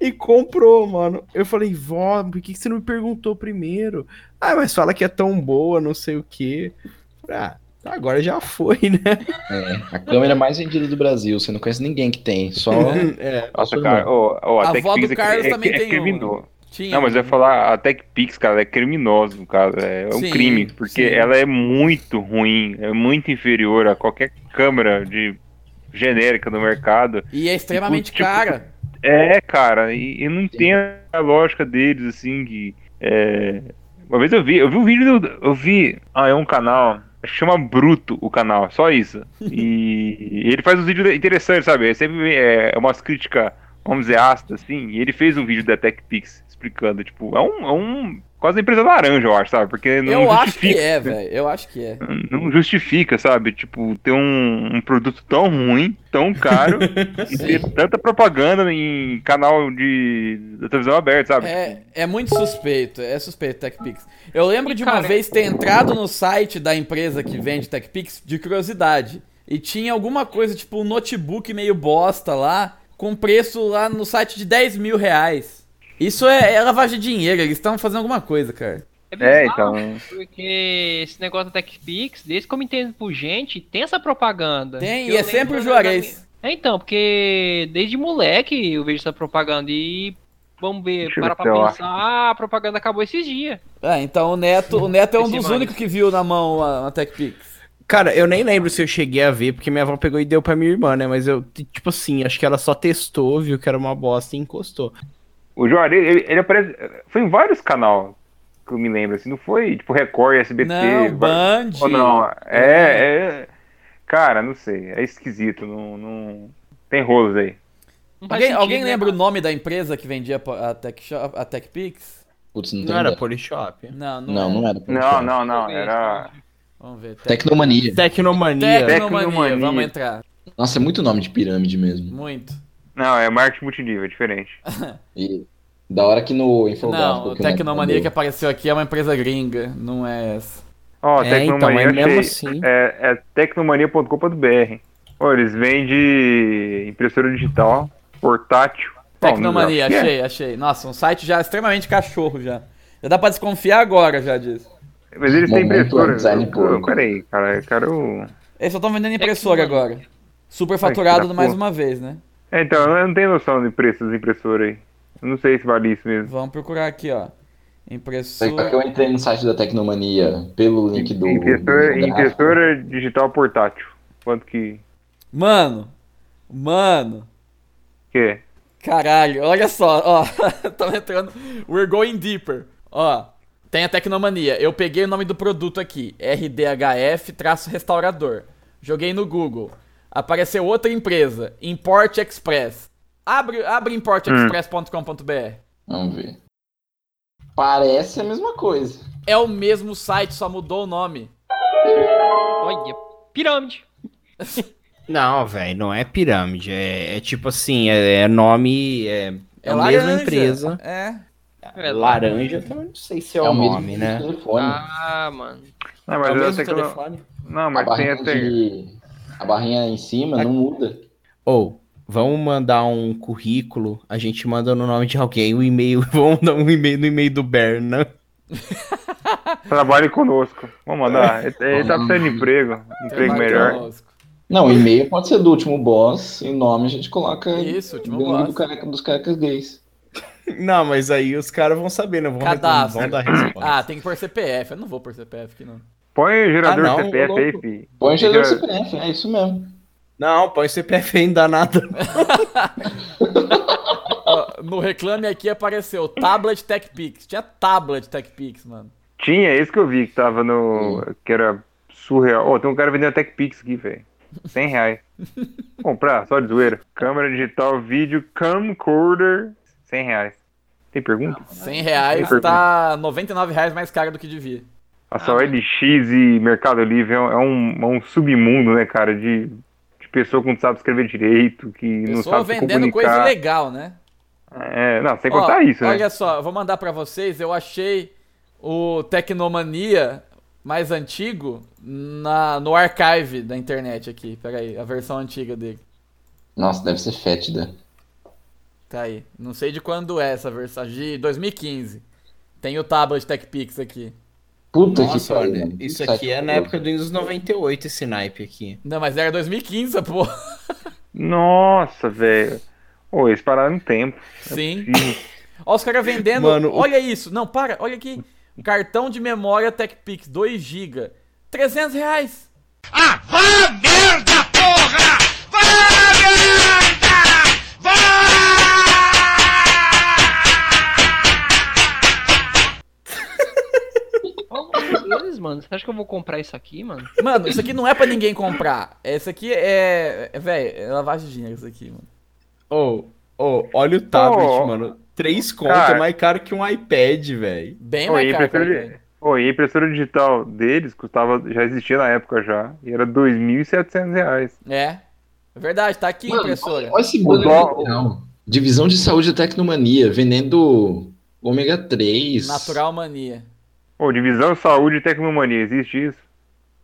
[SPEAKER 7] e comprou, mano. Eu falei, vó, por que que você não me perguntou primeiro? Ah, mas fala que é tão boa, não sei o quê. Falei, Ah, tá, agora já foi, né?
[SPEAKER 6] É, a câmera mais vendida do Brasil. Você não conhece ninguém que tem. Só.
[SPEAKER 7] É.
[SPEAKER 6] só
[SPEAKER 8] Nossa,
[SPEAKER 6] o
[SPEAKER 8] cara, ó, ó,
[SPEAKER 5] A
[SPEAKER 8] a
[SPEAKER 5] avó
[SPEAKER 8] TechPix
[SPEAKER 5] do
[SPEAKER 8] é,
[SPEAKER 5] Carlos
[SPEAKER 8] cri- é,
[SPEAKER 5] também
[SPEAKER 8] cri- é
[SPEAKER 5] tem um.
[SPEAKER 8] criminoso.
[SPEAKER 5] Tinha.
[SPEAKER 8] Não, mas eu ia falar, a TechPix, cara, ela é criminosa, no caso. É, é um
[SPEAKER 5] Sim,
[SPEAKER 8] crime, porque
[SPEAKER 5] sim.
[SPEAKER 8] ela é muito ruim, é muito inferior a qualquer câmera de genérica no mercado.
[SPEAKER 5] E é extremamente
[SPEAKER 8] Tipo,
[SPEAKER 5] cara.
[SPEAKER 8] É, cara, e eu não entendo a lógica deles, assim, que. é, Uma vez eu vi, eu vi um vídeo, do- eu vi. Ah, é um canal. Chama Bruto o canal, só isso. E ele faz uns vídeos interessantes, sabe? É sempre é, umas críticas, vamos dizer, ácidas, assim. E ele fez um vídeo da TechPix explicando, tipo, é um. É um quase a empresa laranja, eu acho, sabe? Porque não
[SPEAKER 5] Eu acho que
[SPEAKER 8] justifica.
[SPEAKER 5] é, velho. Eu acho que é.
[SPEAKER 8] Não justifica, sabe? Tipo, ter um, um produto tão ruim, tão caro, e ter tanta propaganda em canal de da televisão aberta, sabe?
[SPEAKER 5] É, é muito suspeito, é suspeito TechPix. Eu lembro de uma
[SPEAKER 9] Cara,
[SPEAKER 5] vez ter entrado no site da empresa que vende TechPix de curiosidade. E tinha alguma coisa, tipo um notebook meio bosta lá, com preço lá no site de 10 mil reais. Isso é, é lavagem de dinheiro, eles estão fazendo alguma coisa, cara.
[SPEAKER 8] É,
[SPEAKER 9] bizarro,
[SPEAKER 8] então.
[SPEAKER 9] Porque esse negócio da TechPix, desde que eu me entendo por gente, tem essa propaganda.
[SPEAKER 5] Tem,
[SPEAKER 9] Eu
[SPEAKER 5] e é
[SPEAKER 9] lembro
[SPEAKER 5] sempre o
[SPEAKER 9] da-
[SPEAKER 5] Juarez.
[SPEAKER 9] É, então, porque desde moleque eu vejo essa propaganda e vamos ver,
[SPEAKER 8] Deixa eu
[SPEAKER 9] para
[SPEAKER 8] ver
[SPEAKER 9] pra
[SPEAKER 8] se eu
[SPEAKER 9] pensar, ah, a propaganda acabou esses dias.
[SPEAKER 5] Ah, então o Neto, o Neto é um
[SPEAKER 9] Esse
[SPEAKER 5] dos
[SPEAKER 9] mais.
[SPEAKER 5] únicos que viu na mão a, a TechPix.
[SPEAKER 7] Cara, eu nem lembro se eu cheguei a ver, porque minha avó pegou e deu pra minha irmã, né? Mas eu, t- tipo assim, acho que ela só testou, viu que era uma bosta e encostou.
[SPEAKER 8] O Juarez, ele, ele aparece. Foi em vários canais que eu me lembro, assim, não foi tipo Record, SBT.
[SPEAKER 5] Não,
[SPEAKER 8] vai-
[SPEAKER 5] Band.
[SPEAKER 8] Ou não, é, é. Cara, não sei, é esquisito, não. não... Tem rolos aí.
[SPEAKER 9] Não faz
[SPEAKER 5] Alguém,
[SPEAKER 9] sentido,
[SPEAKER 5] alguém
[SPEAKER 9] né,
[SPEAKER 5] lembra o
[SPEAKER 9] cara?
[SPEAKER 5] nome da empresa que vendia po- a, Tech Shop- a TechPix?
[SPEAKER 6] Putz, não,
[SPEAKER 7] Não
[SPEAKER 6] tem
[SPEAKER 7] era
[SPEAKER 6] ideia.
[SPEAKER 7] Polishop.
[SPEAKER 5] Não, não,
[SPEAKER 6] Não,
[SPEAKER 5] é.
[SPEAKER 6] não era.
[SPEAKER 8] Não, não, não, era.
[SPEAKER 5] Vamos ver. Tec-
[SPEAKER 6] Tecnomania.
[SPEAKER 7] Tecnomania.
[SPEAKER 5] Tecnomania,
[SPEAKER 8] Tecnomania.
[SPEAKER 5] vamos entrar.
[SPEAKER 6] Nossa, é muito nome de pirâmide mesmo.
[SPEAKER 5] Muito.
[SPEAKER 8] Não, é marketing multinível, é diferente.
[SPEAKER 6] E da hora que no infográfico.
[SPEAKER 5] Não, o
[SPEAKER 6] que Neto
[SPEAKER 5] Tecnomania que
[SPEAKER 6] mandou,
[SPEAKER 5] apareceu aqui é uma empresa gringa, não é essa.
[SPEAKER 8] Ó,
[SPEAKER 7] É,
[SPEAKER 8] Tecnomania
[SPEAKER 7] então, é
[SPEAKER 8] achei.
[SPEAKER 7] mesmo assim.
[SPEAKER 8] É, é tecnomania.com.br. Ó, eles vendem impressora digital, portátil. Bom,
[SPEAKER 5] Tecnomania,
[SPEAKER 8] não- é.
[SPEAKER 5] achei, achei. Nossa, um site já extremamente cachorro já. Já dá pra desconfiar agora já disso.
[SPEAKER 8] É, mas eles têm
[SPEAKER 6] Momento
[SPEAKER 8] impressora.
[SPEAKER 6] design
[SPEAKER 8] Eu-
[SPEAKER 6] público.
[SPEAKER 8] Peraí, cara, eu quero.
[SPEAKER 5] Eles só estão vendendo impressora
[SPEAKER 9] Tecnomania.
[SPEAKER 5] agora. Superfaturado
[SPEAKER 8] Ai, que da
[SPEAKER 5] mais
[SPEAKER 8] porra.
[SPEAKER 5] uma vez, né?
[SPEAKER 8] É, então, eu não tenho noção de preço das impressoras aí. Eu não sei se vale isso mesmo.
[SPEAKER 5] Vamos procurar aqui,
[SPEAKER 6] Só
[SPEAKER 5] ó.
[SPEAKER 6] É que
[SPEAKER 5] Impressora.
[SPEAKER 6] eu entrei no site da Tecnomania pelo link do.
[SPEAKER 8] impressora,
[SPEAKER 6] do infográfico.
[SPEAKER 8] impressora digital portátil. Quanto que.
[SPEAKER 5] Mano! Mano!
[SPEAKER 8] que é?
[SPEAKER 5] Caralho, olha só, ó. Tamo entrando. We're going deeper. Ó, tem a Tecnomania. Eu peguei o nome do produto aqui: RDHF-restaurador. Joguei no Google. Apareceu outra empresa: Import Express. Abre, abre importexpress.com.br.
[SPEAKER 6] Vamos ver. Parece a mesma coisa.
[SPEAKER 5] É o mesmo site, só mudou o nome.
[SPEAKER 9] Olha, pirâmide.
[SPEAKER 7] Não, velho, não é pirâmide. É, é tipo assim, é, é nome. É, é a mesma
[SPEAKER 5] laranja.
[SPEAKER 7] empresa.
[SPEAKER 5] É.
[SPEAKER 9] É,
[SPEAKER 7] Laranja, então eu não sei se é, o
[SPEAKER 6] mesmo
[SPEAKER 7] nome, né?
[SPEAKER 6] um Telefone.
[SPEAKER 9] Ah, mano.
[SPEAKER 8] Não,
[SPEAKER 7] É
[SPEAKER 8] mas
[SPEAKER 7] o
[SPEAKER 8] eu
[SPEAKER 7] mesmo
[SPEAKER 8] sei que eu não-
[SPEAKER 7] telefone.
[SPEAKER 8] Não,
[SPEAKER 6] a,
[SPEAKER 8] mas tem
[SPEAKER 6] barrinha
[SPEAKER 8] até.
[SPEAKER 6] de- a barrinha em cima não muda.
[SPEAKER 7] Ou, vamos mandar um currículo, a gente manda no nome de alguém o e-mail. Vamos dar um e-mail no e-mail do Bernan.
[SPEAKER 8] Trabalhe conosco. Vamos mandar. Ele, ele tá precisando de emprego. Emprego
[SPEAKER 5] Trabalho
[SPEAKER 8] melhor.
[SPEAKER 5] conosco.
[SPEAKER 6] Não, o e-mail pode ser do último boss, e o nome a gente coloca
[SPEAKER 5] Isso, último
[SPEAKER 6] do
[SPEAKER 5] boss.
[SPEAKER 6] do careca- dos carecas gays.
[SPEAKER 7] Não, mas aí os caras vão saber, não vão, reclamar,
[SPEAKER 5] Cadastro.
[SPEAKER 7] vão dar resposta.
[SPEAKER 5] Ah, tem que pôr CPF. Eu não vou pôr CPF aqui, não.
[SPEAKER 8] Põe o gerador
[SPEAKER 7] Ah, não,
[SPEAKER 8] CPF aí,
[SPEAKER 7] louco.
[SPEAKER 8] fi.
[SPEAKER 6] Põe o gerador
[SPEAKER 8] Gera-
[SPEAKER 6] CPF, é isso mesmo.
[SPEAKER 7] Não, põe CPF ainda nada.
[SPEAKER 5] ó, no Reclame Aqui apareceu Tablet Tech Pix. Tinha Tablet Tech Pix, mano.
[SPEAKER 8] Tinha, esse que eu vi que tava no. que era surreal. Ó, tem um cara vendendo Tech Pix aqui, velho. 100 reais. Comprar, só de zoeira. Câmera digital, vídeo, camcorder, 100 reais. Tem pergunta?
[SPEAKER 5] 100 reais
[SPEAKER 8] Tem
[SPEAKER 5] tá 99 reais mais caro do que devia.
[SPEAKER 8] Nossa, o LX e Mercado Livre é um, é um- é um submundo, né, cara? De, de pessoa que não sabe escrever direito, que não
[SPEAKER 5] Pessoa
[SPEAKER 8] sabe se
[SPEAKER 5] vendendo
[SPEAKER 8] comunicar.
[SPEAKER 5] coisa ilegal, né?
[SPEAKER 8] É, não, sem
[SPEAKER 5] Ó,
[SPEAKER 8] contar isso, né?
[SPEAKER 5] Olha só, eu vou mandar pra vocês. Eu achei o Tecnomania mais antigo na, no archive da internet aqui. Pera aí, a versão antiga dele.
[SPEAKER 6] Nossa, deve ser fétida.
[SPEAKER 5] Tá aí. Não sei de quando é essa versão. De 2015. Tem o tablet TechPix aqui.
[SPEAKER 6] Puta
[SPEAKER 7] Nossa,
[SPEAKER 6] que pariu.
[SPEAKER 7] olha,
[SPEAKER 6] mano.
[SPEAKER 7] isso
[SPEAKER 6] Puta
[SPEAKER 7] aqui
[SPEAKER 6] que
[SPEAKER 7] é na
[SPEAKER 6] pariu.
[SPEAKER 7] época do Windows 98, esse naipe aqui.
[SPEAKER 5] Não, mas era 2015, essa porra.
[SPEAKER 8] Nossa, velho. Ô, eles pararam um tempo.
[SPEAKER 5] Sim. Olha os caras vendendo.
[SPEAKER 8] Mano, o-
[SPEAKER 5] olha isso. Não, para. Olha aqui. Cartão de memória TechPix 2GB. 300 reais. Ah, vá merda, porra!
[SPEAKER 9] Deus, mano, você acha que eu vou comprar isso aqui, mano?
[SPEAKER 5] Mano, isso aqui não é pra ninguém comprar. Isso aqui é. é véi, é lavagem de dinheiro isso aqui, mano.
[SPEAKER 7] Ô, ô, olha o tablet,
[SPEAKER 5] Ô,
[SPEAKER 7] mano. Três contas
[SPEAKER 5] cara.
[SPEAKER 7] é mais caro que um iPad, velho.
[SPEAKER 5] Bem
[SPEAKER 8] Ô, e, a impressora di- ô, e a impressora digital deles custava, já existia na época já, e era R$ 2.700 reais.
[SPEAKER 5] É. É verdade, tá aqui, impressora.
[SPEAKER 6] Olha esse bolo Não. Divisão de saúde e tecnomania, vendendo ômega 3.
[SPEAKER 5] Natural Mania.
[SPEAKER 8] Ô, divisão saúde e tecnomania, existe isso?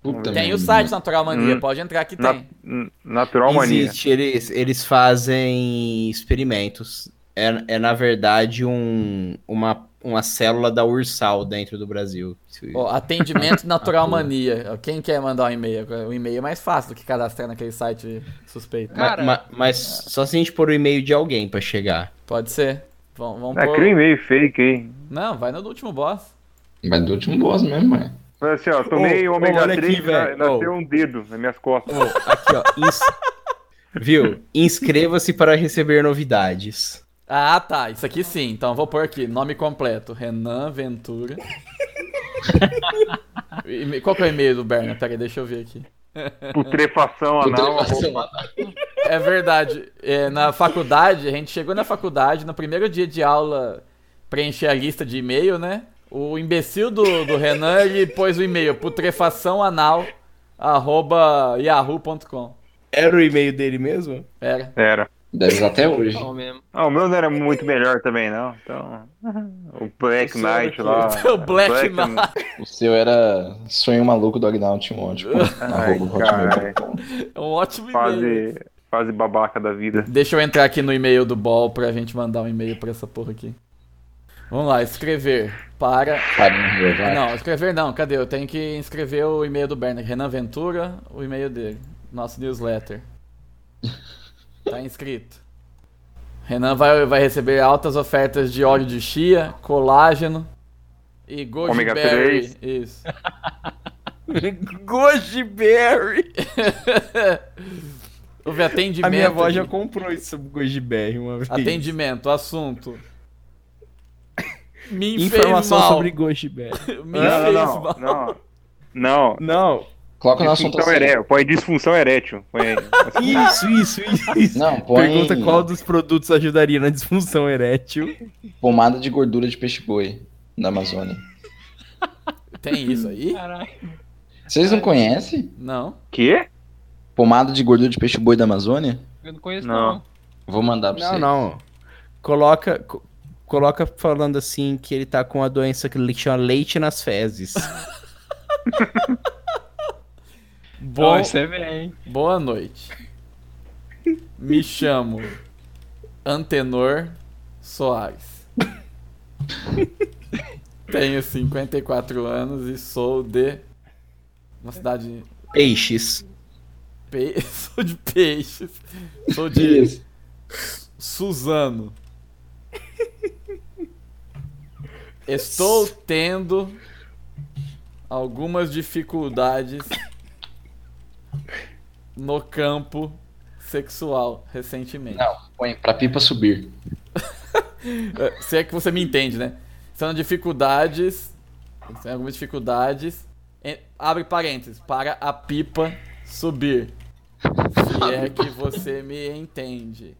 [SPEAKER 6] Puta
[SPEAKER 5] Tem o site Natural Mania,
[SPEAKER 8] Hum.
[SPEAKER 5] pode entrar que
[SPEAKER 8] Na-
[SPEAKER 5] tem.
[SPEAKER 8] n- Natural mania.
[SPEAKER 7] Existe, eles, eles fazem experimentos. É, é na verdade, um, uma, uma célula da Ursal dentro do Brasil.
[SPEAKER 5] Ó, atendimento Natural Mania. Ó, Quem quer mandar um e-mail? O e-mail é mais fácil do que cadastrar naquele site suspeito.
[SPEAKER 7] Ma- ma- mas só se a gente pôr o e-mail de alguém pra chegar.
[SPEAKER 5] Pode ser. Vamos, vamos
[SPEAKER 8] Ah,
[SPEAKER 5] pôr-
[SPEAKER 8] cria um e-mail fake aí.
[SPEAKER 5] Não, vai no do último boss.
[SPEAKER 6] Vai do último boss mesmo, é.
[SPEAKER 8] Fala assim, ó, tomei
[SPEAKER 7] Ô, ô,
[SPEAKER 8] ômega
[SPEAKER 7] olha
[SPEAKER 8] 3
[SPEAKER 7] aqui,
[SPEAKER 8] e na-
[SPEAKER 7] velho.
[SPEAKER 8] nasceu um dedo nas minhas costas.
[SPEAKER 7] Aqui, ó. ins- Viu? Inscreva-se para receber novidades.
[SPEAKER 5] Ah, tá. Isso aqui sim. Então vou pôr aqui. Nome completo. Renan Ventura. E- Qual que é o e-mail do Berna? Peraí, deixa eu ver aqui.
[SPEAKER 8] Putrefação anal. arroba-
[SPEAKER 5] É verdade. É, na faculdade, a gente chegou na faculdade, no primeiro dia de aula, preencher a lista de e-mail, né? O imbecil do, do Renan, ele pôs o e-mail putrefaçãoanal.yahoo.com.
[SPEAKER 7] Era o e-mail dele mesmo?
[SPEAKER 5] Era.
[SPEAKER 8] Era.
[SPEAKER 6] Deve usar até hoje.
[SPEAKER 8] Ah, o meu não era muito melhor também, não. Então, o Black Knight lá.
[SPEAKER 5] O Black Knight.
[SPEAKER 6] O seu era Sonho Maluco do Agnaldo Timóteo.
[SPEAKER 8] Ai,
[SPEAKER 6] Arroba
[SPEAKER 8] caralho.
[SPEAKER 6] hotmail.com.
[SPEAKER 5] É um ótimo e-mail.
[SPEAKER 8] Fase, fase babaca da vida.
[SPEAKER 5] Deixa eu entrar aqui no e-mail do Ball pra gente mandar um e-mail pra essa porra aqui. Vamos lá, escrever para.
[SPEAKER 6] Carinho, meu, vai.
[SPEAKER 5] Não, escrever não, cadê? Eu tenho que inscrever o e-mail do Bernard. Renan Ventura, o e-mail dele. Nosso newsletter. Tá inscrito. Renan vai, vai receber altas ofertas de óleo de chia, colágeno e goji
[SPEAKER 8] Ômega
[SPEAKER 5] berry.
[SPEAKER 8] 3.
[SPEAKER 5] Isso.
[SPEAKER 7] Goji Berry!
[SPEAKER 5] Houve atendimento.
[SPEAKER 7] A minha avó já
[SPEAKER 5] aqui.
[SPEAKER 7] comprou isso Goji Berry uma vez.
[SPEAKER 5] Atendimento, assunto. Me fez
[SPEAKER 7] Informação
[SPEAKER 5] mal.
[SPEAKER 7] sobre Goji Berry.
[SPEAKER 5] Me
[SPEAKER 8] Não,
[SPEAKER 5] fez
[SPEAKER 8] não,
[SPEAKER 5] mal.
[SPEAKER 8] não, não.
[SPEAKER 7] Não.
[SPEAKER 6] Coloca no assunto
[SPEAKER 8] Disfunção
[SPEAKER 6] assim.
[SPEAKER 8] erétil. Põe é, disfunção erétil. Põe aí.
[SPEAKER 7] Isso, isso, isso.
[SPEAKER 6] Não, põe-
[SPEAKER 7] Pergunta qual dos produtos ajudaria na disfunção erétil.
[SPEAKER 6] Pomada de gordura de peixe-boi da Amazônia.
[SPEAKER 5] Tem isso aí?
[SPEAKER 6] Vocês não conhecem?
[SPEAKER 5] Não.
[SPEAKER 8] Quê?
[SPEAKER 6] Pomada de gordura de peixe-boi da Amazônia?
[SPEAKER 9] Eu não conheço,
[SPEAKER 7] Não.
[SPEAKER 9] não.
[SPEAKER 6] Vou mandar pra
[SPEAKER 7] Não,
[SPEAKER 6] vocês.
[SPEAKER 7] não. Coloca, co- coloca falando assim que ele tá com uma doença que ele chama leite nas fezes.
[SPEAKER 5] Bom,
[SPEAKER 9] Ó, isso é bem.
[SPEAKER 5] Boa noite. Me chamo Antenor Soares. Tenho 54 anos e sou de uma cidade
[SPEAKER 7] Peixes.
[SPEAKER 5] Pe- Sou de peixes. Sou de Suzano. Estou tendo algumas dificuldades no campo sexual recentemente.
[SPEAKER 6] Não, põe pra pipa subir.
[SPEAKER 5] É, Se é que você me entende, né? São dificuldades. São algumas dificuldades. em- abre parênteses. Para a pipa subir. Se é que você me entende.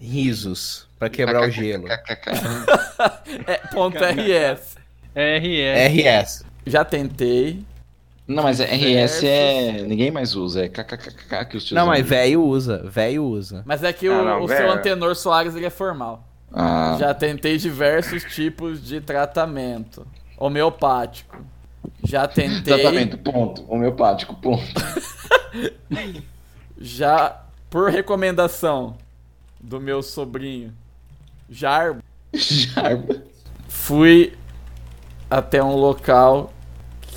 [SPEAKER 7] Risos, pra quebrar o gelo.
[SPEAKER 5] É, ponto RS.
[SPEAKER 9] É
[SPEAKER 7] RS. RS.
[SPEAKER 5] Já tentei.
[SPEAKER 6] Não, mas RS é. Ninguém mais usa, é kkkk que os tios
[SPEAKER 7] Não, mas é-
[SPEAKER 6] usam.
[SPEAKER 7] velho usa, velho usa.
[SPEAKER 5] Mas é que o,
[SPEAKER 6] Ah, não,
[SPEAKER 5] o
[SPEAKER 6] velho.
[SPEAKER 5] seu antenor Soares ele é formal.
[SPEAKER 6] Ah.
[SPEAKER 5] Já tentei diversos tipos de tratamento. Homeopático. Já tentei.
[SPEAKER 7] é-
[SPEAKER 6] Tratamento, ponto. Homeopático, ponto.
[SPEAKER 5] Já por recomendação do meu sobrinho Jarbo.
[SPEAKER 6] Jarbo.
[SPEAKER 5] Fui até um local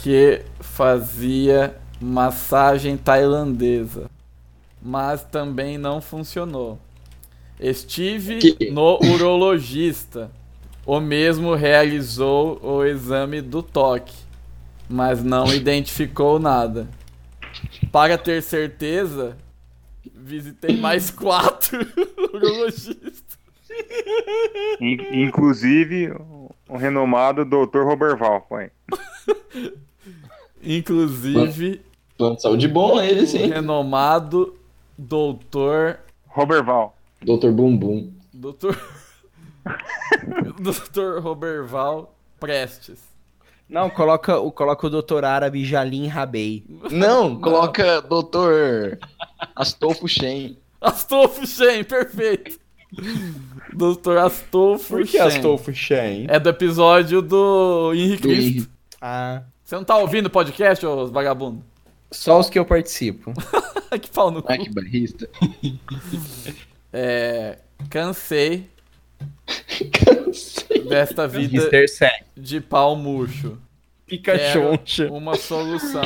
[SPEAKER 5] que fazia massagem tailandesa, mas também não funcionou. Estive no urologista. O mesmo realizou o exame do toque, mas não identificou nada. Para ter certeza, visitei mais quatro urologistas.
[SPEAKER 8] In- inclusive, o renomado Dr. Roberval, põe.
[SPEAKER 5] Inclusive.
[SPEAKER 6] Plano de saúde bom ele, sim.
[SPEAKER 5] o
[SPEAKER 7] Uhum.
[SPEAKER 5] Renomado doutor.
[SPEAKER 8] Roberval.
[SPEAKER 6] Doutor Bumbum.
[SPEAKER 5] Doutor. doutor Roberval Prestes.
[SPEAKER 7] Não, coloca, o- coloca o doutor árabe Jalim Rabei.
[SPEAKER 6] Não, coloca doutor Astolfo Shen.
[SPEAKER 5] Astolfo Shen, perfeito. Doutor Astolfo
[SPEAKER 7] Por que Astolfo
[SPEAKER 6] Shen?
[SPEAKER 5] É do episódio do Henrique
[SPEAKER 7] Do
[SPEAKER 5] Cristo.
[SPEAKER 7] Ah.
[SPEAKER 5] Você não tá ouvindo o podcast, ô vagabundo?
[SPEAKER 7] Só os que eu participo.
[SPEAKER 5] que pau no cu.
[SPEAKER 6] Ai, que barrista.
[SPEAKER 5] É. Cansei. Desta vida
[SPEAKER 7] Quis ter sexo.
[SPEAKER 5] de pau murcho.
[SPEAKER 7] Fica
[SPEAKER 5] Quero
[SPEAKER 7] choncha.
[SPEAKER 5] Uma solução.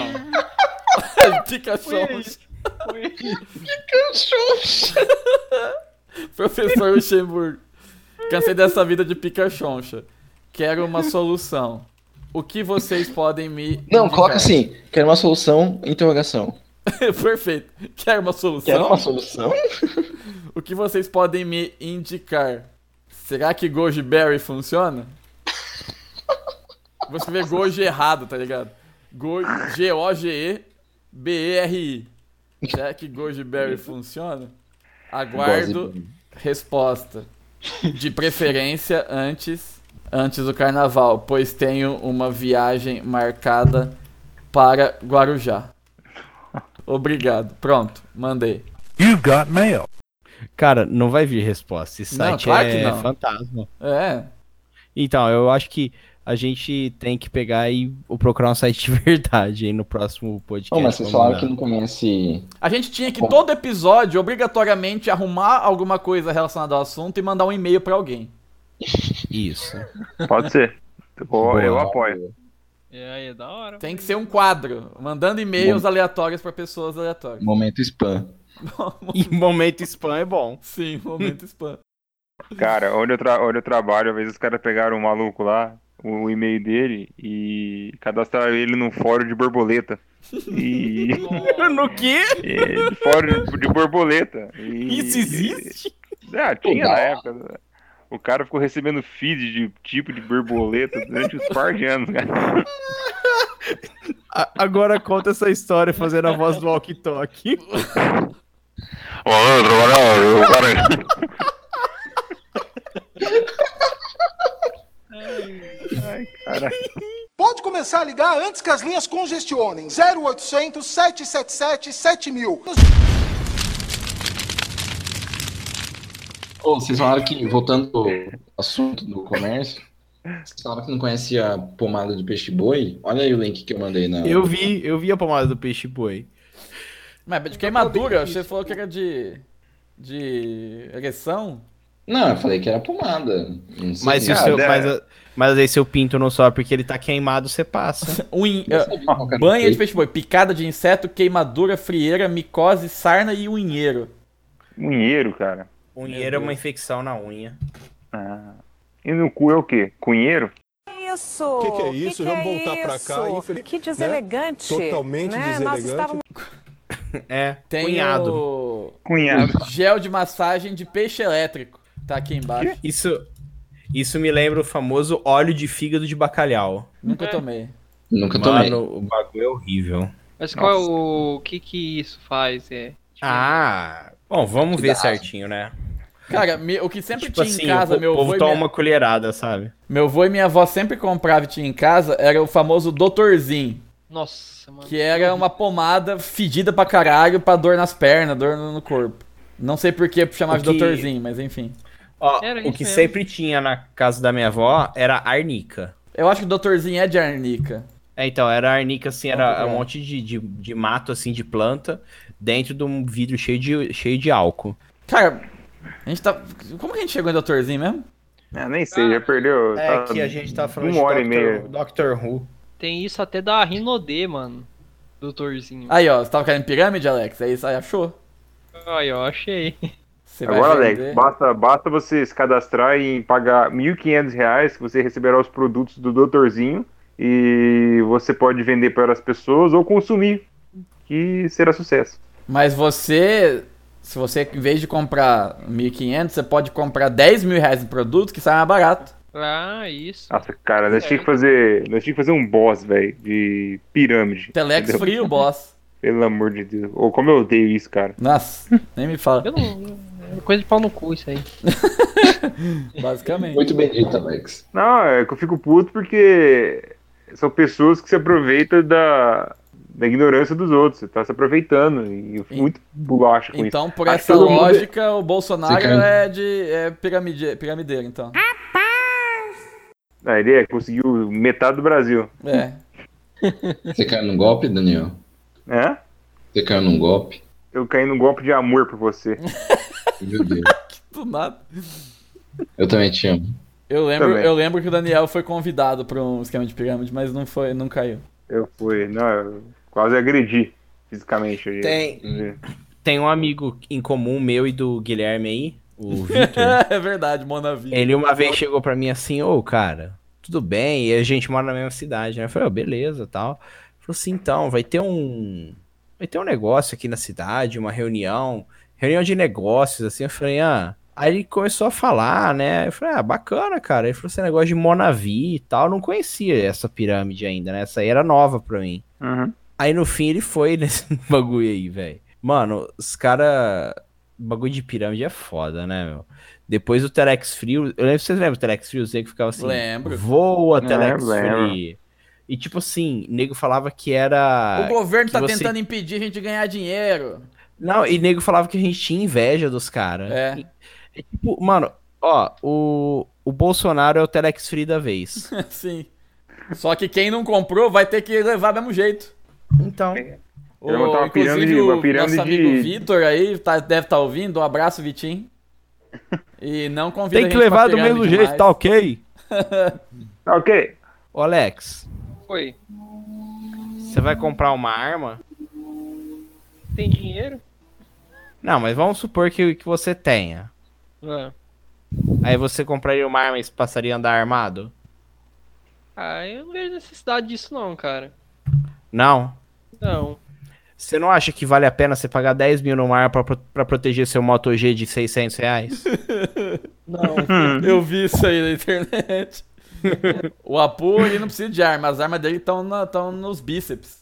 [SPEAKER 5] Fica choncha.
[SPEAKER 6] Fica choncha.
[SPEAKER 5] Professor Luxemburgo. Cansei dessa vida de pica choncha. Quero uma solução. O que vocês podem me.
[SPEAKER 6] Não,
[SPEAKER 5] indicar?
[SPEAKER 6] coloca assim. Quero uma solução, interrogação.
[SPEAKER 5] Perfeito. Quero uma solução.
[SPEAKER 6] Quero uma solução?
[SPEAKER 5] O que vocês podem me indicar? Será que Goji Berry funciona? Vou escrever Goji errado, tá ligado? Go- G-O-G-E-B-E-R-I. Será que Goji Berry funciona? Aguardo
[SPEAKER 13] Goji
[SPEAKER 5] resposta. De preferência antes, antes do carnaval, pois tenho uma viagem marcada para Guarujá. Obrigado. Pronto, mandei.
[SPEAKER 7] You've got mail. Cara, não vai vir resposta. Esse
[SPEAKER 5] Não,
[SPEAKER 7] site
[SPEAKER 5] claro
[SPEAKER 7] é
[SPEAKER 5] que não.
[SPEAKER 7] fantasma.
[SPEAKER 5] É.
[SPEAKER 7] Então, eu acho que a gente tem que pegar e procurar um site de verdade aí no próximo podcast.
[SPEAKER 6] Não, mas vocês
[SPEAKER 7] Vamos
[SPEAKER 6] falaram
[SPEAKER 7] lá.
[SPEAKER 6] que não conhece.
[SPEAKER 5] A gente tinha
[SPEAKER 7] Tá
[SPEAKER 5] que todo episódio, obrigatoriamente, arrumar alguma coisa relacionada ao assunto e mandar um e-mail pra alguém.
[SPEAKER 7] Isso.
[SPEAKER 8] Pode ser. Eu- eu
[SPEAKER 5] Boa.
[SPEAKER 8] apoio.
[SPEAKER 5] É, aí é da hora. Tem que ser um quadro, mandando e-mails
[SPEAKER 6] Bom.
[SPEAKER 5] aleatórios pra pessoas aleatórias.
[SPEAKER 6] Momento spam.
[SPEAKER 7] E momento spam é bom.
[SPEAKER 5] Sim, um momento spam.
[SPEAKER 8] Cara, onde eu, tra- onde eu trabalho, às vezes os caras pegaram um maluco lá, o, o e-mail dele, e cadastraram ele num fórum de borboleta. E.
[SPEAKER 7] no quê?
[SPEAKER 8] É, de fórum de borboleta. E-
[SPEAKER 7] Isso existe?
[SPEAKER 8] Ah, tinha
[SPEAKER 7] Pô,
[SPEAKER 8] na
[SPEAKER 7] da
[SPEAKER 8] época. O cara ficou recebendo feed de tipo de borboleta durante uns par de anos, cara.
[SPEAKER 7] A- Agora conta essa história fazendo a voz do Walkie Talkie.
[SPEAKER 12] Pode começar a ligar antes que as linhas congestionem. 0800 777 7000.
[SPEAKER 6] Ô, vocês falaram que, voltando ao assunto do comércio, vocês falaram que não conhecia a pomada de peixe boi. Olha aí o link que eu mandei na.
[SPEAKER 7] Eu vi, eu vi a pomada do peixe boi.
[SPEAKER 5] Mas de queimadura, você falou que era de. de. ereção?
[SPEAKER 6] Não, eu falei que era pomada. Não sei Ah,
[SPEAKER 7] Mas, se o
[SPEAKER 6] cara.
[SPEAKER 7] seu, mas, a- mas aí seu pinto não sobe porque ele tá queimado, você passa.
[SPEAKER 5] Unha, Um eh, banha de peixe boi, picada de inseto, queimadura, frieira, micose, sarna e unheiro.
[SPEAKER 8] Unheiro, cara.
[SPEAKER 7] Unheiro é uma infecção na unha.
[SPEAKER 8] Ah. E no cu é o quê? Cunheiro?
[SPEAKER 14] isso?
[SPEAKER 8] Que que é isso? Vamos voltar pra cá, infeliz-
[SPEAKER 14] Que
[SPEAKER 8] né?
[SPEAKER 14] deselegante.
[SPEAKER 8] Totalmente
[SPEAKER 14] né? Nós
[SPEAKER 8] deselegante.
[SPEAKER 14] estávamos...
[SPEAKER 7] É,
[SPEAKER 5] Tem
[SPEAKER 7] cunhado.
[SPEAKER 5] o-
[SPEAKER 8] Cunhado.
[SPEAKER 5] Gel de massagem de peixe elétrico. Tá aqui embaixo.
[SPEAKER 7] Isso, Isso me lembra o famoso óleo de fígado de bacalhau.
[SPEAKER 5] Nunca tomei.
[SPEAKER 6] Nunca
[SPEAKER 7] Mano,
[SPEAKER 6] tomei.
[SPEAKER 7] o bagulho é horrível.
[SPEAKER 9] Mas qual é o... o que que isso faz? É...
[SPEAKER 7] Ah, bom, vamos ver certinho, né?
[SPEAKER 5] Cara, me- o que sempre
[SPEAKER 7] Tipo
[SPEAKER 5] tinha
[SPEAKER 7] assim,
[SPEAKER 5] em casa,
[SPEAKER 7] o,
[SPEAKER 5] meu
[SPEAKER 7] o
[SPEAKER 5] avô,
[SPEAKER 7] povo
[SPEAKER 5] e
[SPEAKER 7] toma
[SPEAKER 5] minha,
[SPEAKER 7] uma colherada, sabe?
[SPEAKER 5] meu avô e minha avó sempre compravam e tinha em casa, era o famoso doutorzinho.
[SPEAKER 9] Nossa, mano.
[SPEAKER 5] Que era uma pomada fedida pra caralho pra dor nas pernas, dor no no corpo. Não sei por que chamava de
[SPEAKER 7] O que-
[SPEAKER 5] doutorzinho, mas enfim.
[SPEAKER 7] Ó,
[SPEAKER 9] Era
[SPEAKER 7] o
[SPEAKER 9] isso
[SPEAKER 7] que
[SPEAKER 9] mesmo.
[SPEAKER 7] sempre tinha na casa da minha avó era arnica.
[SPEAKER 5] Eu acho que o doutorzinho é de arnica.
[SPEAKER 7] É, então, era arnica, assim,
[SPEAKER 5] Quanto
[SPEAKER 7] era
[SPEAKER 5] que é?
[SPEAKER 7] um monte de, de, de mato, assim, de planta, dentro de um vidro cheio de, cheio de álcool.
[SPEAKER 5] Cara, a gente tá. Como que a gente chegou em doutorzinho mesmo?
[SPEAKER 8] Ah, nem sei, já perdeu.
[SPEAKER 7] É que a gente tá falando
[SPEAKER 8] Uma um hora e meia.
[SPEAKER 7] Doctor Who.
[SPEAKER 9] Tem isso até da Rinodê, mano. Doutorzinho.
[SPEAKER 5] Aí, ó, você tava querendo pirâmide, Alex? É Aí você achou?
[SPEAKER 9] Aí, ó, achei.
[SPEAKER 5] Você vai
[SPEAKER 8] Agora,
[SPEAKER 5] vender.
[SPEAKER 8] Alex, basta, basta você se cadastrar e pagar R$ 1.500 reais que você receberá os produtos do Doutorzinho e você pode vender para as pessoas ou consumir, que será sucesso.
[SPEAKER 5] Mas você. Se você, em vez de comprar 1.500, você pode comprar 10 mil reais em produto que sai mais barato.
[SPEAKER 9] Ah, isso.
[SPEAKER 8] Nossa, cara, nós tínhamos que fazer, nós tínhamos que fazer um boss, velho, de pirâmide.
[SPEAKER 5] Telex
[SPEAKER 8] entendeu?
[SPEAKER 5] frio, boss.
[SPEAKER 8] Pelo amor de Deus. Ou como eu odeio isso, cara.
[SPEAKER 5] Nossa, nem me fala.
[SPEAKER 9] Eu não... é Coisa de pau no cu isso aí.
[SPEAKER 5] Basicamente.
[SPEAKER 6] Muito bem dito, Alex.
[SPEAKER 8] Não, é que eu fico puto porque são pessoas que se aproveitam da, da ignorância dos outros. Você tá se aproveitando. E eu fico muito bolacha com tipo
[SPEAKER 5] Então,
[SPEAKER 8] isso.
[SPEAKER 5] por
[SPEAKER 8] Acho que
[SPEAKER 5] essa
[SPEAKER 8] todo mundo-
[SPEAKER 5] lógica, o Bolsonaro
[SPEAKER 6] Você caiu.
[SPEAKER 5] é de é piramide, piramideiro, então.
[SPEAKER 8] Ah, ele é, conseguiu metade do Brasil.
[SPEAKER 5] É.
[SPEAKER 6] Você caiu num golpe, Daniel?
[SPEAKER 8] Hã?
[SPEAKER 6] Você caiu num golpe?
[SPEAKER 8] Eu caí num golpe de amor por você.
[SPEAKER 6] Meu Deus.
[SPEAKER 5] Do nada.
[SPEAKER 6] Eu também te amo.
[SPEAKER 5] Eu lembro,
[SPEAKER 8] Também.
[SPEAKER 5] eu lembro que o Daniel foi convidado para um esquema de pirâmide, mas não foi, não caiu.
[SPEAKER 8] Eu fui, não, eu quase agredi fisicamente. eu-
[SPEAKER 7] Tem. Tem um amigo em comum meu e do Guilherme aí, o Vitor.
[SPEAKER 5] é verdade, Monavi.
[SPEAKER 7] Ele uma vez chegou pra mim assim, ô, cara, tudo bem, e a gente mora na mesma cidade, né? Eu falei, ô, beleza, tal. Ele Falou assim, então, vai ter um... Vai ter um negócio aqui na cidade, uma reunião, reunião de negócios, assim, eu falei, ah... Aí ele começou a falar, né? Eu falei, ah, bacana, cara. Ele falou assim, esse negócio de Monavi e tal. Eu não conhecia essa pirâmide ainda, né? Essa aí era nova pra mim.
[SPEAKER 8] Uhum.
[SPEAKER 7] Aí no fim ele foi nesse bagulho aí, velho. Mano, os cara. Bagulho de pirâmide é foda, né, meu? Depois o Telex Frio. Eu lembro, vocês lembram do Telex Frio? Você que ficava assim.
[SPEAKER 5] Lembro.
[SPEAKER 7] Voa, Telex
[SPEAKER 8] Lembro,
[SPEAKER 7] Frio. E tipo assim, nego falava que era.
[SPEAKER 5] o governo
[SPEAKER 7] que
[SPEAKER 5] tá
[SPEAKER 7] você-
[SPEAKER 5] tentando impedir a gente de ganhar dinheiro.
[SPEAKER 7] Não, e nego falava que a gente tinha inveja dos caras.
[SPEAKER 5] É.
[SPEAKER 7] É tipo, mano, ó, o, o Bolsonaro é o Telex Free da vez.
[SPEAKER 5] É, Sim. Só que quem não comprou vai ter que levar do mesmo jeito.
[SPEAKER 7] Então.
[SPEAKER 8] Eu vou botar uma
[SPEAKER 5] inclusive,
[SPEAKER 8] pirâmide- uma
[SPEAKER 5] o
[SPEAKER 8] pirâmide
[SPEAKER 5] nosso amigo
[SPEAKER 8] de-
[SPEAKER 5] Vitor aí tá- deve estar ouvindo. Um abraço, Vitinho. E não convida
[SPEAKER 7] Tem
[SPEAKER 5] a
[SPEAKER 7] que
[SPEAKER 5] gente pra
[SPEAKER 7] levar do
[SPEAKER 5] pirâmide
[SPEAKER 7] mesmo jeito,
[SPEAKER 5] mais.
[SPEAKER 7] tá ok?
[SPEAKER 8] Tá, ok.
[SPEAKER 7] Ô, Alex.
[SPEAKER 9] Foi.
[SPEAKER 7] Você vai comprar uma arma?
[SPEAKER 9] Tem dinheiro?
[SPEAKER 7] Não, mas vamos supor que, que você tenha.
[SPEAKER 9] Ah.
[SPEAKER 7] Aí você compraria uma arma e você passaria a andar armado?
[SPEAKER 9] ah, eu não vejo necessidade disso não, cara.
[SPEAKER 7] Não.
[SPEAKER 9] Não.
[SPEAKER 7] Você não acha que vale a pena você pagar 10 mil numa arma pra, pro- pra proteger seu Moto G de 600 reais?
[SPEAKER 9] Não.
[SPEAKER 7] tá?
[SPEAKER 5] Eu vi isso aí na internet. o Apu, ele não precisa de arma. As armas dele estão nos bíceps.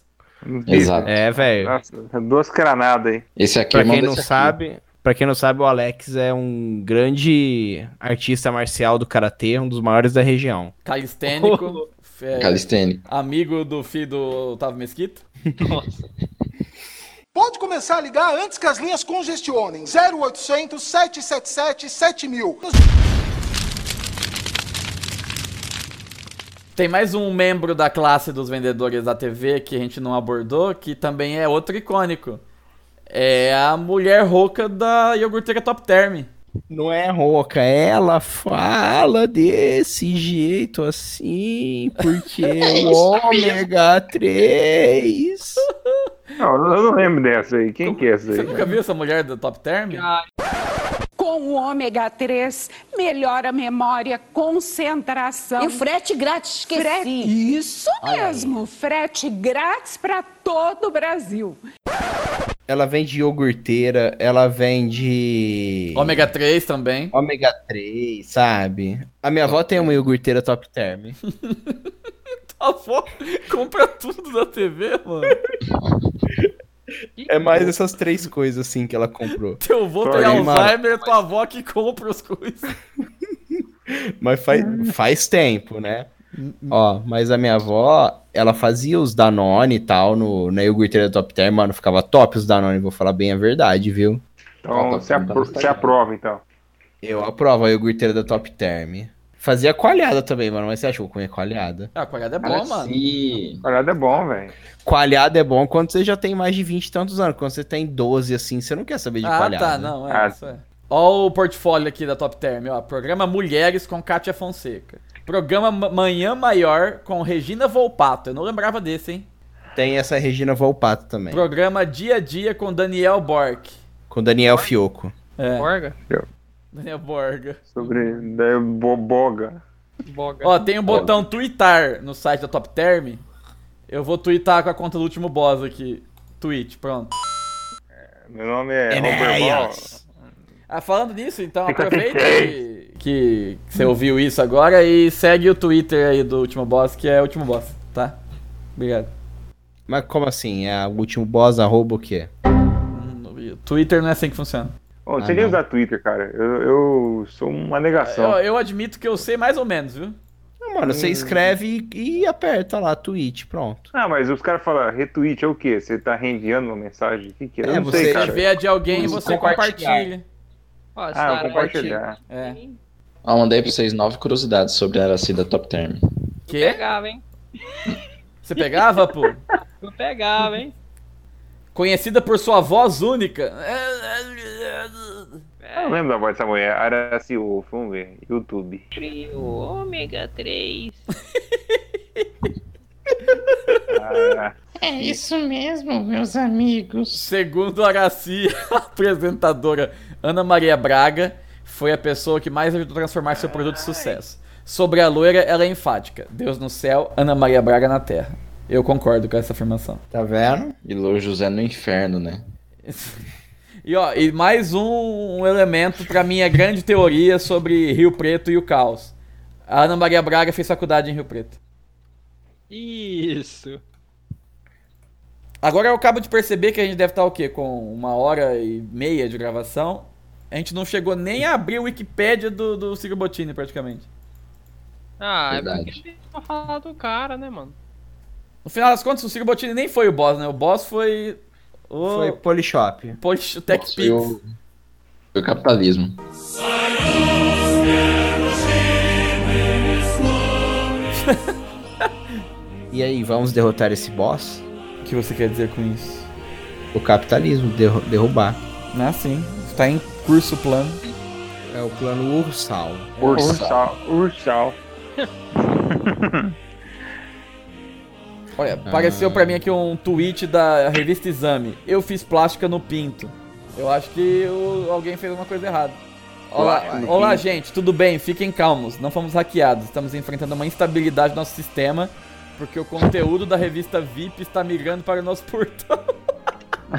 [SPEAKER 6] Exato.
[SPEAKER 7] é, velho.
[SPEAKER 8] Nossa, duas granadas aí.
[SPEAKER 6] Esse aqui
[SPEAKER 7] Pra
[SPEAKER 6] é uma
[SPEAKER 7] quem não
[SPEAKER 6] desse aqui.
[SPEAKER 7] sabe, para quem não sabe, o Alex é um grande artista marcial do karatê, um dos maiores da região.
[SPEAKER 5] Calistênico. é,
[SPEAKER 6] Calistênico.
[SPEAKER 5] amigo do filho do Otávio Mesquita.
[SPEAKER 9] Nossa.
[SPEAKER 12] Pode começar a ligar antes que as linhas congestionem. 0800 777 7000.
[SPEAKER 5] Tem mais um membro da classe dos vendedores da TV que a gente não abordou, que também é outro icônico. É a mulher rouca da iogurteira Top Term.
[SPEAKER 7] Não é rouca, ela fala desse jeito assim, porque o ômega 3.
[SPEAKER 8] Não, eu não lembro dessa aí. Quem que é essa
[SPEAKER 5] Você
[SPEAKER 8] aí?
[SPEAKER 5] nunca viu essa mulher da Top Term?
[SPEAKER 7] Ah,
[SPEAKER 13] Com o ômega 3, melhora a memória, concentração.
[SPEAKER 3] E o frete grátis, esqueci.
[SPEAKER 13] Frete- Isso mesmo, frete grátis para todo o Brasil.
[SPEAKER 7] Ela vem de iogurteira, ela vem de.
[SPEAKER 5] Ômega 3 também.
[SPEAKER 7] Ômega 3, sabe? A minha avó tem uma iogurteira top term.
[SPEAKER 5] A avó compra tudo da TV, mano.
[SPEAKER 7] É mais essas três coisas assim que ela comprou.
[SPEAKER 5] Teu avô tem Alzheimer, tua avó que compra as coisas.
[SPEAKER 7] Mas faz, faz tempo, né? Ó, mas a minha avó, ela fazia os Danone e tal no, na iogurteira Top Term, mano, ficava top os Danone, vou falar bem a verdade, viu?
[SPEAKER 8] Então, você apro- você aprova, então.
[SPEAKER 7] Eu aprovo a iogurteira da Top Term. Fazia coalhada também, mano, mas você acha que eu vou comer coalhada?
[SPEAKER 5] Ah, coalhada é
[SPEAKER 7] Cara,
[SPEAKER 5] bom, mano.
[SPEAKER 8] Coalhada é bom, velho.
[SPEAKER 7] Coalhada é bom quando você já tem mais de 20 e tantos anos, quando você tem 12, assim, você não quer saber de
[SPEAKER 5] ah,
[SPEAKER 7] coalhada.
[SPEAKER 5] tá, não, é, isso é. Ó o portfólio aqui da Top Term, ó. Programa Mulheres com Kátia Fonseca. Programa Ma- Manhã Maior com Regina Volpato. Eu não lembrava desse, hein?
[SPEAKER 7] Tem essa Regina Volpato também,
[SPEAKER 5] Programa Dia a Dia com Daniel Bork.
[SPEAKER 7] com Daniel Fioco.
[SPEAKER 5] É.
[SPEAKER 9] Borga?
[SPEAKER 5] Daniel Borga.
[SPEAKER 8] Sobre da boboga.
[SPEAKER 9] Boga.
[SPEAKER 5] Ó, tem um botão twittar no site da Top Term. Eu vou twittar com a conta do último boss aqui. Tweet, pronto.
[SPEAKER 8] Meu nome é
[SPEAKER 5] Enéas.
[SPEAKER 8] Robert
[SPEAKER 5] Ah, falando nisso, então,
[SPEAKER 8] Fica assim,
[SPEAKER 5] aproveita que,
[SPEAKER 8] 56.
[SPEAKER 5] que você ouviu isso agora e segue o Twitter aí do Último Boss, que é Último Boss, tá? Obrigado.
[SPEAKER 7] Mas como assim? É o último boss arroba o quê?
[SPEAKER 5] Twitter não é assim que funciona.
[SPEAKER 8] Bom,
[SPEAKER 7] Ah,
[SPEAKER 8] você nem
[SPEAKER 7] não.
[SPEAKER 8] usar Twitter, cara. Eu, eu sou uma negação.
[SPEAKER 5] Eu, eu admito que eu sei mais ou menos, viu?
[SPEAKER 7] Não, mano,
[SPEAKER 5] Hum.
[SPEAKER 7] você escreve e, e aperta lá, tweet, pronto.
[SPEAKER 8] Ah, mas os caras falam, retweet é o quê? Você tá reenviando uma mensagem? O que, que é?
[SPEAKER 7] É,
[SPEAKER 8] Eu não
[SPEAKER 7] você
[SPEAKER 8] sei, cara.
[SPEAKER 5] Vê a de alguém e você compartilha.
[SPEAKER 7] compartilhar.
[SPEAKER 9] Ó,
[SPEAKER 8] Ah, eu
[SPEAKER 9] Sarah,
[SPEAKER 8] compartilhar.
[SPEAKER 5] É.
[SPEAKER 6] Ah, mandei pra vocês nove curiosidades sobre a Aracida Top Term.
[SPEAKER 5] Que?
[SPEAKER 9] Pegava, hein?
[SPEAKER 5] Você pegava, pô?
[SPEAKER 9] Eu pegava, hein?
[SPEAKER 5] Conhecida por sua voz única.
[SPEAKER 8] Eu não lembro da voz dessa mulher. Araci Wolf, vamos ver. YouTube.
[SPEAKER 9] Trio ômega 3.
[SPEAKER 8] Ah,
[SPEAKER 15] É isso mesmo, meus amigos.
[SPEAKER 5] Segundo a Araci, a apresentadora Ana Maria Braga foi a pessoa que mais ajudou a transformar seu produto em sucesso. Sobre a loira, ela é enfática. Deus no céu, Ana Maria Braga na terra. Eu concordo com essa afirmação.
[SPEAKER 7] Tá vendo?
[SPEAKER 6] E Lô José no inferno, né?
[SPEAKER 5] E ó, e mais um, um elemento pra minha grande teoria sobre Rio Preto e o caos. A Ana Maria Braga fez faculdade em Rio Preto.
[SPEAKER 9] Isso.
[SPEAKER 5] Agora eu acabo de perceber que a gente deve estar o quê? Com uma hora e meia de gravação. A gente não chegou nem a abrir o Wikipédia do, do Ciro Bottini, praticamente.
[SPEAKER 9] Ah,
[SPEAKER 6] Verdade.
[SPEAKER 9] é porque tem que falar do cara, né, mano?
[SPEAKER 5] No final das contas, o Ciro Bottini nem foi o boss, né? O boss foi. O...
[SPEAKER 7] Foi Polishop.
[SPEAKER 5] Poxa, o Tech
[SPEAKER 6] Nossa,
[SPEAKER 5] Pix.
[SPEAKER 6] eu- Foi o capitalismo.
[SPEAKER 7] E aí, vamos derrotar esse boss?
[SPEAKER 5] O que você quer dizer com isso?
[SPEAKER 7] O capitalismo, derru- derrubar.
[SPEAKER 5] Ah, sim. Está em curso plano.
[SPEAKER 7] É o plano ursal.
[SPEAKER 8] Ursal. Ursal.
[SPEAKER 5] Olha, apareceu pra mim aqui um tweet da revista Exame. Eu fiz plástica no pinto. Eu acho que o- alguém fez alguma coisa errada. Olá,
[SPEAKER 7] Plástica no
[SPEAKER 5] olá
[SPEAKER 7] pinto.
[SPEAKER 5] gente, tudo bem? Fiquem calmos, não fomos hackeados. Estamos enfrentando uma instabilidade no nosso sistema, porque o conteúdo da revista VIP está migrando para o nosso portal.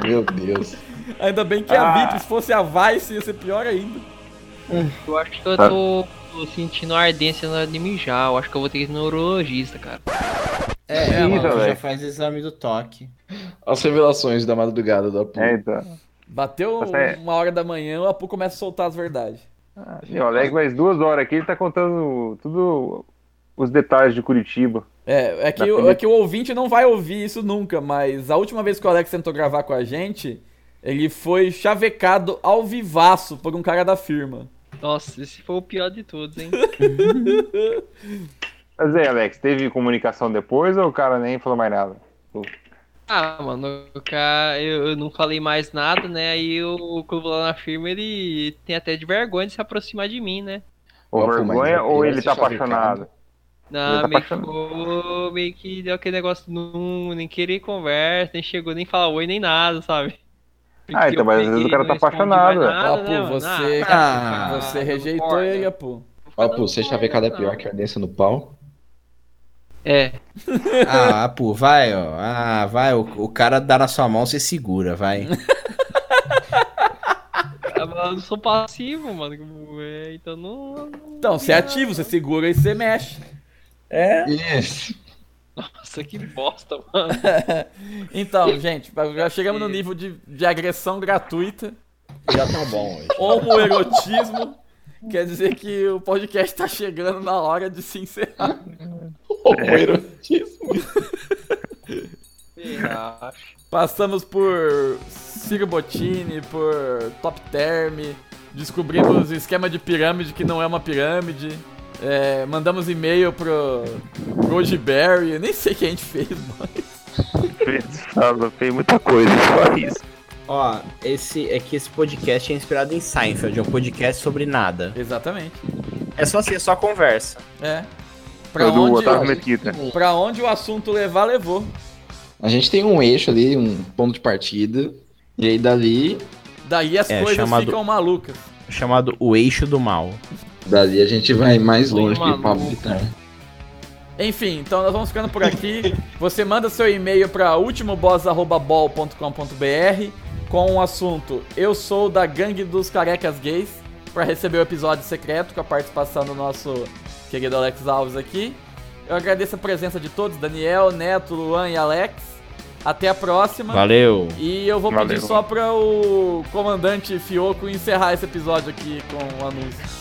[SPEAKER 6] Meu Deus.
[SPEAKER 5] Ainda bem que a
[SPEAKER 8] Ah.
[SPEAKER 5] VIP, se fosse a Vice, ia ser pior ainda.
[SPEAKER 9] Eu acho que eu
[SPEAKER 8] Tá.
[SPEAKER 9] tô, tô sentindo ardência na hora de mijar. Eu acho que eu vou ter que ir no neurologista, cara.
[SPEAKER 7] É,
[SPEAKER 8] É,
[SPEAKER 7] mano,
[SPEAKER 8] mano,
[SPEAKER 7] já
[SPEAKER 8] velho.
[SPEAKER 7] faz exame do toque.
[SPEAKER 6] As revelações da madrugada do Apu.
[SPEAKER 8] É, então.
[SPEAKER 5] Bateu
[SPEAKER 8] Mas é-
[SPEAKER 5] uma hora da manhã, o Apu começa a soltar as verdades.
[SPEAKER 8] E o Assim, Alex mais duas horas aqui, ele tá contando tudo os detalhes de Curitiba.
[SPEAKER 5] É, é que, o, é que o ouvinte não vai ouvir isso nunca, mas a última vez que o Alex tentou gravar com a gente, ele foi chavecado ao vivaço por um cara da firma.
[SPEAKER 9] Nossa, esse foi o pior de todos, hein?
[SPEAKER 8] Mas aí, Alex, teve comunicação depois ou o cara nem falou mais nada?
[SPEAKER 9] Ah, mano, o cara, eu, eu não falei mais nada, né? Aí o clube lá na firma, ele tem até de vergonha de se aproximar de mim, né?
[SPEAKER 8] Ou
[SPEAKER 6] Opa, mas
[SPEAKER 8] vergonha ou
[SPEAKER 7] né?
[SPEAKER 6] ele
[SPEAKER 8] ele tá
[SPEAKER 6] se chavecado.
[SPEAKER 8] apaixonado?
[SPEAKER 9] Não,
[SPEAKER 8] Ele tá
[SPEAKER 9] meio que, ficou- meio que deu aquele negócio de não, nem querer conversa, nem chegou nem falar oi, nem nada, sabe?
[SPEAKER 8] Ah, então, mas às vezes o cara tá apaixonado, velho.
[SPEAKER 5] Ó,
[SPEAKER 9] Nada,
[SPEAKER 5] Apu,
[SPEAKER 9] né, mano?
[SPEAKER 5] você,
[SPEAKER 7] Ah,
[SPEAKER 5] você
[SPEAKER 9] não
[SPEAKER 5] rejeitou
[SPEAKER 9] concordo.
[SPEAKER 5] ele, Apu.
[SPEAKER 6] Ó, Apu, você chavecada é pior que a ardência no pau?
[SPEAKER 9] É,
[SPEAKER 7] Ah, pô, vai, ó. Ah, vai. O, o cara dá na sua mão, você segura, vai.
[SPEAKER 9] eu não sou passivo, mano. É, então não.
[SPEAKER 5] Então, você ativa, você segura e você mexe. É.
[SPEAKER 9] Nossa, que bosta, mano.
[SPEAKER 5] então, gente, já chegamos no nível de, de agressão gratuita.
[SPEAKER 16] Já tá bom hoje.
[SPEAKER 5] Homoerotismo. Quer dizer que o podcast tá chegando na hora de se encerrar.
[SPEAKER 7] É.
[SPEAKER 5] Homoerotismo. Passamos por Ciro Bottini, por Top Term, descobrimos o esquema de pirâmide que não é uma pirâmide. é, mandamos e-mail pro Goji Berry, eu nem sei o que a gente fez, mas.
[SPEAKER 7] Sabe, tem muita coisa, só isso. Ó, esse, é que esse podcast é inspirado em Seinfeld, é um podcast sobre nada.
[SPEAKER 5] Exatamente.
[SPEAKER 7] É só assim, é só conversa.
[SPEAKER 5] É. Pra
[SPEAKER 7] É do
[SPEAKER 5] onde,
[SPEAKER 7] Otávio Mesquita.
[SPEAKER 5] pra onde o assunto levar, levou.
[SPEAKER 6] A gente tem um eixo ali, um ponto de partida. E aí dali.
[SPEAKER 5] Daí as
[SPEAKER 7] É,
[SPEAKER 5] coisas
[SPEAKER 7] chamado-
[SPEAKER 5] ficam malucas.
[SPEAKER 7] Chamado O Eixo do Mal.
[SPEAKER 6] Dali a gente vai mais longe que
[SPEAKER 5] Maluco.
[SPEAKER 6] o Pablo Vittar.
[SPEAKER 5] Enfim, então nós vamos ficando por aqui. Você manda seu e-mail para ultimoboss.bol.com.br com o assunto Eu sou da gangue dos carecas gays para receber o episódio secreto com a participação do nosso querido Alex Alves aqui. Eu agradeço a presença de todos, Daniel, Neto, Luan e Alex. Até a próxima.
[SPEAKER 7] Valeu.
[SPEAKER 5] E eu vou
[SPEAKER 7] Valeu.
[SPEAKER 5] pedir só para o comandante Fioco encerrar esse episódio aqui com o anúncio.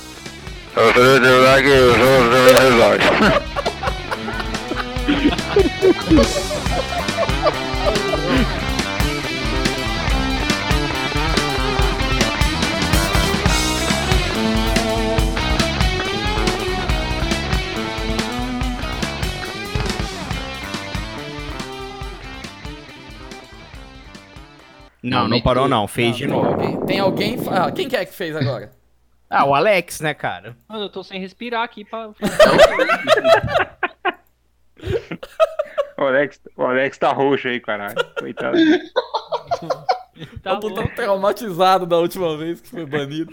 [SPEAKER 7] Não, não parou não, fez de novo.
[SPEAKER 5] Tem alguém? fa- Ah, quem que é que fez agora?
[SPEAKER 7] Ah, o Alex, né, cara?
[SPEAKER 9] Mano, eu tô sem respirar aqui pra.
[SPEAKER 8] O Alex, o Alex tá roxo aí, caralho. Coitado.
[SPEAKER 5] Tá o putão traumatizado da um última vez que foi banido.